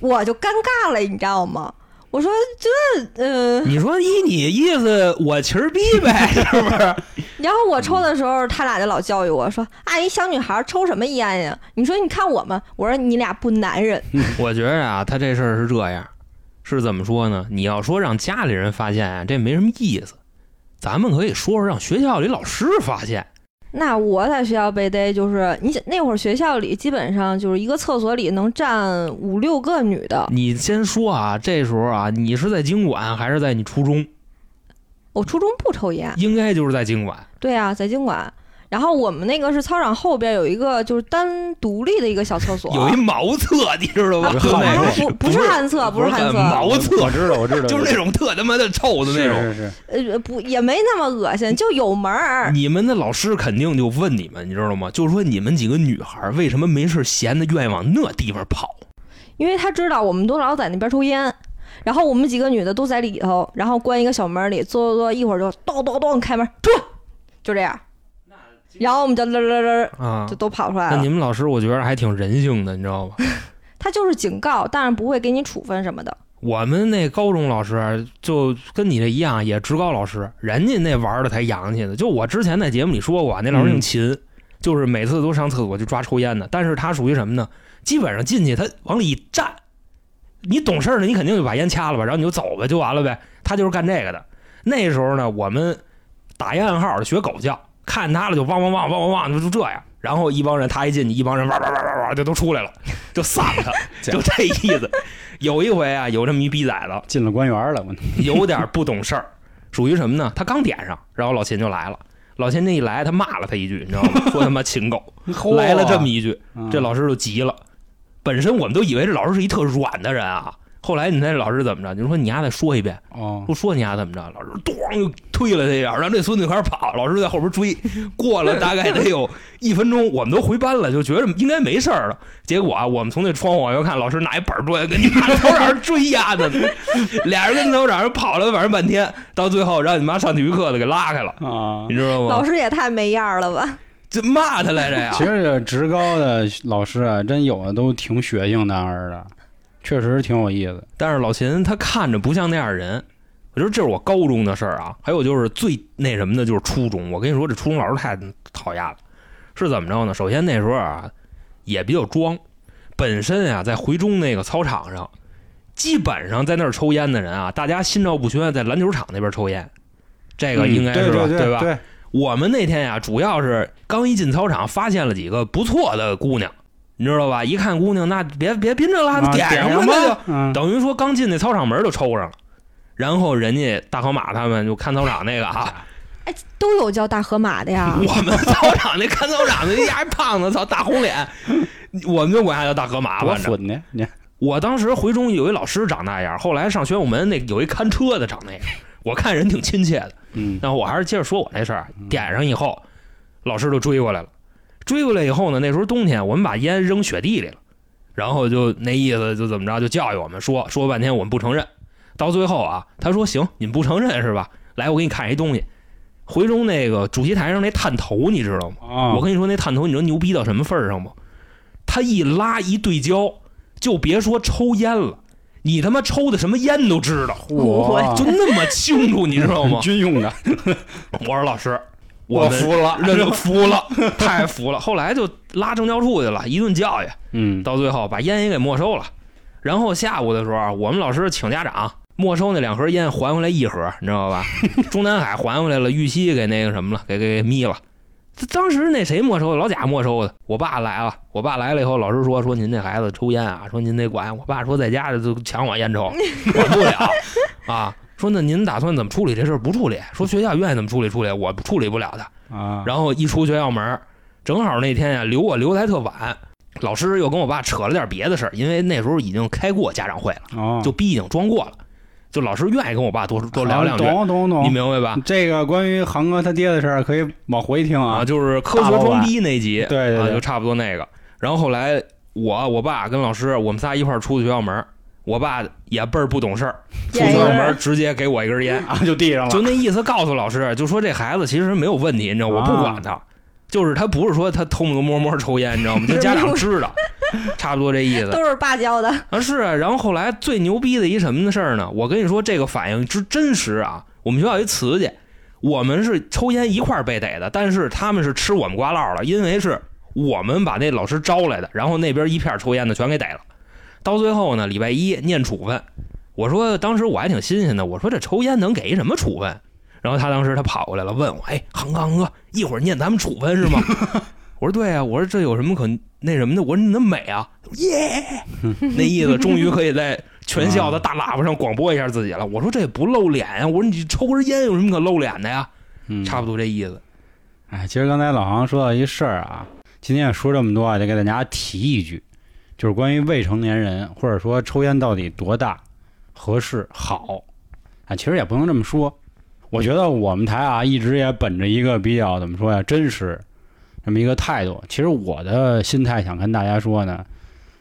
C: 我就尴尬了，你知道吗？我说这呃，
B: 你说依你意思，我其实逼呗，是不是？
C: 然后我抽的时候，他俩就老教育我说：“啊，一小女孩抽什么烟呀？你说你看我们，我说你俩不男人，
B: 我觉着啊，他这事儿是这样，是怎么说呢？你要说让家里人发现啊，这没什么意思。咱们可以说说让学校里老师发现。
C: 那我在学校被逮，就是你想那会儿学校里基本上就是一个厕所里能站五六个女的，
B: 你先说啊，这时候啊，你是在经管还是在你初中？
C: 我初中不抽烟，
B: 应该就是在经管。
C: 对啊，在经管。然后我们那个是操场后边有一个就是单独立的一个小厕所，
B: 有一茅厕，你知道吗？
C: 啊
B: 就那
A: 不
B: 种
A: 是
C: 不不是旱厕，不是
B: 不是
C: 旱
B: 很
C: 厕，
B: 忙我测
A: 嗯我知道，我知道，
B: 就是那种特他妈的臭的那种。
A: 是是是，
C: 呃不也没那么恶心，就有门儿。
B: 你们的老师肯定就问你们，你知道吗？就说你们几个女孩儿为什么没事闲的愿意往那地方跑？
C: 因为他知道我们都老在那边抽烟，然后我们几个女的都在里头，然后关一个小门里，坐坐坐，一会儿就咚咚咚开门，出来，就这样。然后我们就啦啦啦
B: 啊
C: 就，都跑出来
B: 那
C: 了
B: 你。们老师我觉得还挺人性的，你知道吗？
C: 他就是警告，但是不会给你处分什么的。
B: 我们那高中老师就跟你这一样，也职高老师，人家那玩的才洋气呢。就我之前在节目里说过，那老师姓秦，就是每次都上厕所就抓抽烟的。但是他属于什么呢？基本上进去他往里一站，你懂事儿的，你肯定就把烟掐了吧，然后你就走吧，就完了呗。他就是干这个的。那时候呢，我们打一暗号儿学狗叫，看他了就汪汪汪汪汪汪，就就这样。然后一帮人他一进去，一帮人哇哇哇哇哇就都出来了，就散了，就这意思。有一回啊，有这么一逼崽
A: [LAUGHS]
B: 子，
A: 进了官员了，我
B: [LAUGHS] 有点不懂事儿，属于什么呢？他刚点上，然后老秦就来了。老秦这一来，他骂了他一句，你知道吗？说他妈秦狗，来了这么一句，
A: 么
B: 这老师就急了。本身我们都以为这老师是一特软的人啊，后来你猜这老师怎么着？你说你丫再说一遍，
A: 哦，
B: 不说你丫怎么着？老师咣就推了他一下，让这孙子就开始跑，老师在后边追。过了大概得有一分钟，我们都回班了，就觉得应该没事儿了。结果啊，我们从那窗户往右看，老师拿一板砖跟你妈头上追丫的，俩人跟头上跑了反正半天，到最后让你妈上体育课的给拉开了，
A: 啊
B: 你。知道
C: 老
B: 吗？
C: 师也太没样儿了 [LAUGHS] 吧？
B: 这骂他来着呀
A: 其。实这职高的老师啊，真有的都挺血性男儿的，确实挺有意思。
B: 但是老秦他看着不像那样人。我觉得这是我高中的事儿啊，还有就是最那什么的，就是初中。我跟你说，这初中老师太讨厌了，是怎么着呢？首先那时候啊，也比较装，本身啊在回中那个操场上，基本上在那儿抽烟的人啊，大家心照不宣，在篮球场那边抽烟，这个应该是
A: 嗯
B: 吧，
A: 对对
B: 吧？
A: 对，
B: 我们那天呀、主要是刚一进操场，发现了几个不错的姑娘，你知道吧？一看姑娘，那别别别这了，
A: 啊
B: 点
A: 上
B: 上吧，那就
A: 吧，嗯，
B: 等于说刚进那操场门就抽上了，然后人家大河马他们就看操场那个啊，
C: 哎，都有叫大河马
B: [LAUGHS]
C: 的
A: 哎
C: 呀。
B: 我们操场那看操场的那丫胖子，操大红脸，我们就管他叫大河马
A: 多
B: 反正
A: 损呢，你
B: 我当时回中有一老师长那样，后来上玄武门那有一看车的长那样，我看人挺亲切的。
A: 嗯
B: 那我还是接着说我这事儿啊
A: 嗯，
B: 点上以后，老师就追过来了。追过来以后呢，那时候冬天，我们把烟扔雪地里了，然后就那意思就怎么着，就教育我们说说半天我们不承认，到最后啊，他说行，你们不承认是吧？来，我给你看一东西，回中那个主席台上那探头，你知道吗？
A: 啊，
B: 我跟你说，那探头，你知道牛逼到什么份儿上吗？他一拉一对焦，就别说抽烟了，你他妈抽的什么烟都知道，
A: 我
B: 就那么清楚，你知道吗
A: [LAUGHS] ？军用的，
B: [LAUGHS] 我说老师，
D: 我
B: 们
D: 服了，
B: [LAUGHS] 认服了，太服了。后来就拉政教处去了，一顿教育，
A: 嗯，
B: 到最后把烟也给没收了。然后下午的时候，我们老师请家长没收那两盒烟，还回来一盒，你知道吧？中南海还回来了，玉溪给那个什么了，给给给眯了。这当时那谁没收的？老贾没收的。我爸来了，我爸来了以后，老师说说您这孩子抽烟啊，说您得管。我爸说在家里就抢我烟抽，管不了啊。说那您打算怎么处理这事儿？不处理。说学校愿意怎么处理处理，我处理不了的。
A: 啊，
B: 然后一出学校门儿，正好那天呀、留我留的还特晚，老师又跟我爸扯了点别的事儿，因为那时候已经开过家长会了，
A: 哦，
B: 就逼已经装过了，就老师愿意跟我爸多多聊两句，
A: 懂啊懂懂，
B: 你明白吧？
A: 这个关于航哥他爹的事儿，可以往回听
B: 啊，
A: 啊。
B: 就是科学装逼那集，
A: 大老板对对对
B: 啊，就差不多那个。然后后来我我爸跟老师，我们仨一块儿出的学校门儿，我爸也倍儿不懂事儿，出
C: 点
B: 学
C: 一
B: 校
C: 根
B: 门
C: 儿
B: 儿直接给我一根烟，
A: 啊，就地上了，
B: 就那意思告诉老师，就说这孩子其实没有问题，你知道，我不管他，就是他不是说他偷偷摸摸抽烟，你知道吗？就家长知道，差不多这意思
C: 都是爸教的，
B: 啊。是啊，然后后来最牛逼的一什么的事儿呢？我跟你说，这个反应之真实啊！我们学校有一瓷去，我们是抽烟一块儿被逮的，但是他们是吃我们瓜烙了，因为是我们把那老师招来的，然后那边一片抽烟的全给逮了。到最后呢，礼拜一念处分，我说当时我还挺新鲜的，我说这抽烟能给什么处分？然后他当时他跑过来了，问我，哎，航哥航哥，一会儿念咱们处分是吗？ [LAUGHS] 我说对啊，我说这有什么可那什么的？我说你那美啊，耶，那意思终于可以在全校的大喇叭上广播一下自己了。我说这也不露脸呀、我说你抽根烟有什么可露脸的呀？
A: 嗯
B: 差不多这意思。
A: 哎，其实刚才老航说到一事儿啊，今天也说这么多啊，得给大家提一句，就是关于未成年人或者说抽烟到底多大合适好啊，其实也不能这么说。我觉得我们台啊，一直也本着一个比较怎么说呀，真实这么一个态度。其实我的心态想跟大家说呢，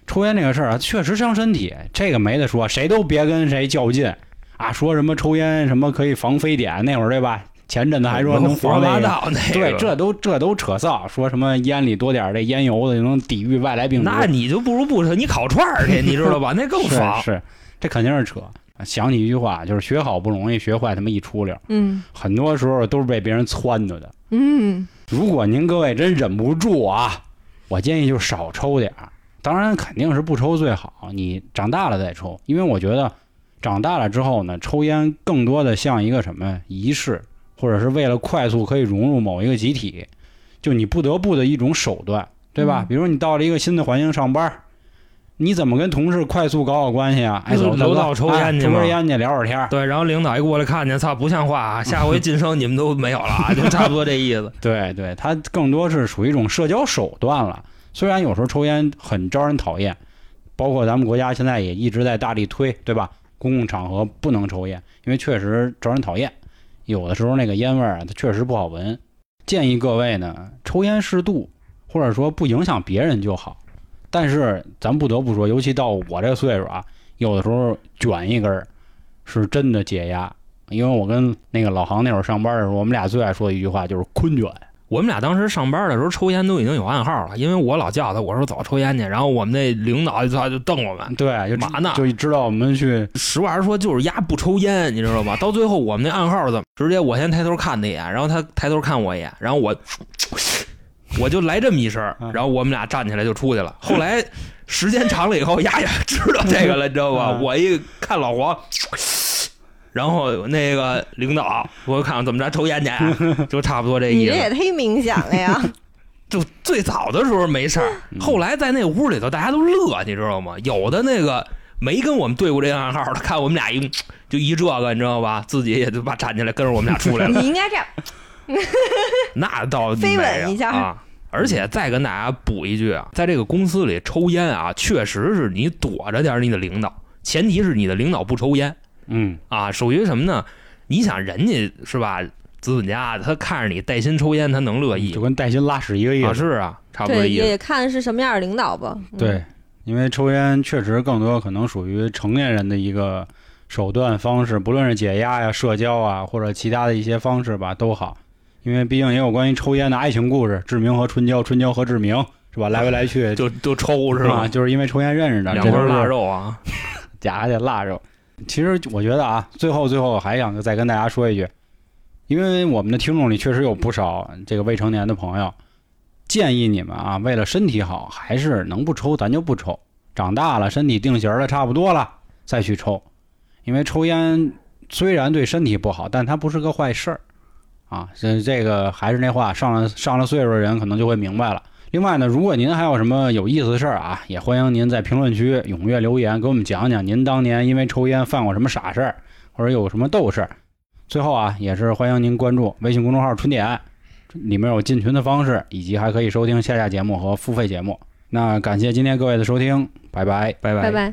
A: 抽烟这个事儿啊，确实伤身体，这个没得说，谁都别跟谁较劲啊。说什么抽烟什么可以防非典，那会儿对吧？前阵子还说能
B: 胡说
A: 防那
B: 八
A: 个
B: 道那
A: [LAUGHS]
B: 个，
A: 对，这都这都扯臊，说什么烟里多点儿这烟油子就能抵御外来病毒，
B: 那你就不如不抽，你烤串儿去，你知
A: [LAUGHS]
B: 道吧？那更
A: 是
B: 爽。
A: 是，这肯定是扯。想起一句话，就是学好不容易，学坏他妈一出溜儿。
C: 嗯
A: 很多时候都是被别人撺掇的。
C: 嗯，
A: 如果您各位真忍不住啊，我建议就少抽点儿。当然肯定是不抽最好，你长大了再抽，因为我觉得长大了之后呢，抽烟更多的像一个什么仪式，或者是为了快速可以融入某一个集体，就你不得不的一种手段，对吧？
C: 嗯
A: 比如你到了一个新的环境上班。你怎么跟同事快速搞好关系啊？哎，
B: 就
A: 走走
B: 楼道抽
A: 哎
B: 烟去
A: 抽
B: 嘛
A: 根烟去，聊会儿天儿。
B: 对，然后领导一过来看见，操，不像话啊！下回晋升你们都没有了
A: [LAUGHS]
B: 啊，就差不多这意思。
A: 对对，它更多是属于一种社交手段了。虽然有时候抽烟很招人讨厌，包括咱们国家现在也一直在大力推，对吧？公共场合不能抽烟，因为确实招人讨厌。有的时候那个烟味儿啊，它确实不好闻。建议各位呢，抽烟适度，或者说不影响别人就好。但是咱不得不说，尤其到我这岁数啊，有的时候卷一根儿是真的解压。因为我跟那个老航那会儿上班的时候，我们俩最爱说的一句话就是“坤卷”。
B: 我们俩当时上班的时候抽烟都已经有暗号了，因为我老叫他，我说走抽烟去，然后我们那领导就操就瞪我们，
A: 对，就知
B: 嘛呢？
A: 就知道我们去
B: 实话实说，就是丫不抽烟，你知道吗？到最后我们那暗号怎么？直接我先抬头看他一眼，然后他抬头看我一眼，然后我我就来这么一声儿，然后我们俩站起来就出去了。后来时间长了以后，丫也知道这个了，你知道吧？
A: 嗯
B: 我一看老黄，然后那个领导，我看怎么着抽烟去，啊就差不多这
C: 你
B: 意
C: 这
B: 思。
C: 也忒明显
B: [LAUGHS]
C: 了呀！
B: 就最早的时候没事儿，
C: 嗯
B: 后来在那屋里头大家都乐，你知道吗？有的那个没跟我们对过这暗号的，看我们俩一就一这个，你知道吧？自己也就把站起来跟着我们俩出
C: [LAUGHS]
B: 来了，
C: 你应该这样，
B: 那倒没有
C: 飞吻一下嗯
B: 啊！而且再跟大家补一句啊，在这个公司里抽烟啊，确实是你躲着点儿你的领导，前提是你的领导不抽烟
A: 嗯
B: 啊。属于什么呢？你想人家是吧，资本家他看着你带薪抽烟，他能乐意
A: 嗯就跟带薪拉屎一个意
B: 啊？
A: 思。
B: 是啊，差不多
C: 对，
B: 意思。
C: 也看是什么样的领导吧。嗯，
A: 对，因为抽烟确实更多可能属于成年人的一个手段方式，不论是解压呀、社交啊，或者其他的一些方式吧，都好。因为毕竟也有关于抽烟的爱情故事，志明和春娇，春娇和志明是吧？来回来去
B: 就就抽是
A: 吧？
B: 吧？
A: [LAUGHS] 就是因为抽烟认识的，
B: 两
A: 这
B: 块
A: 都
B: 腊
A: 是
B: 肉啊，
A: [LAUGHS] 假的腊肉。其实我觉得啊，最后最后还想再跟大家说一句，因为我们的听众里确实有不少这个未成年的朋友，建议你们啊，为了身体好，还是能不抽咱就不抽。长大了，身体定型了，差不多了，再去抽。因为抽烟虽然对身体不好，但它不是个坏事儿啊。这这个还是那话，上了上了岁数的人可能就会明白了。另外呢，如果您还有什么有意思的事儿啊，也欢迎您在评论区踊跃留言，给我们讲讲您当年因为抽烟犯过什么傻事儿，或者有什么逗事儿。最后啊，也是欢迎您关注微信公众号“春点”，里面有进群的方式，以及还可以收听下架节目和付费节目。那感谢今天各位的收听，拜拜。
B: 拜
C: 拜拜。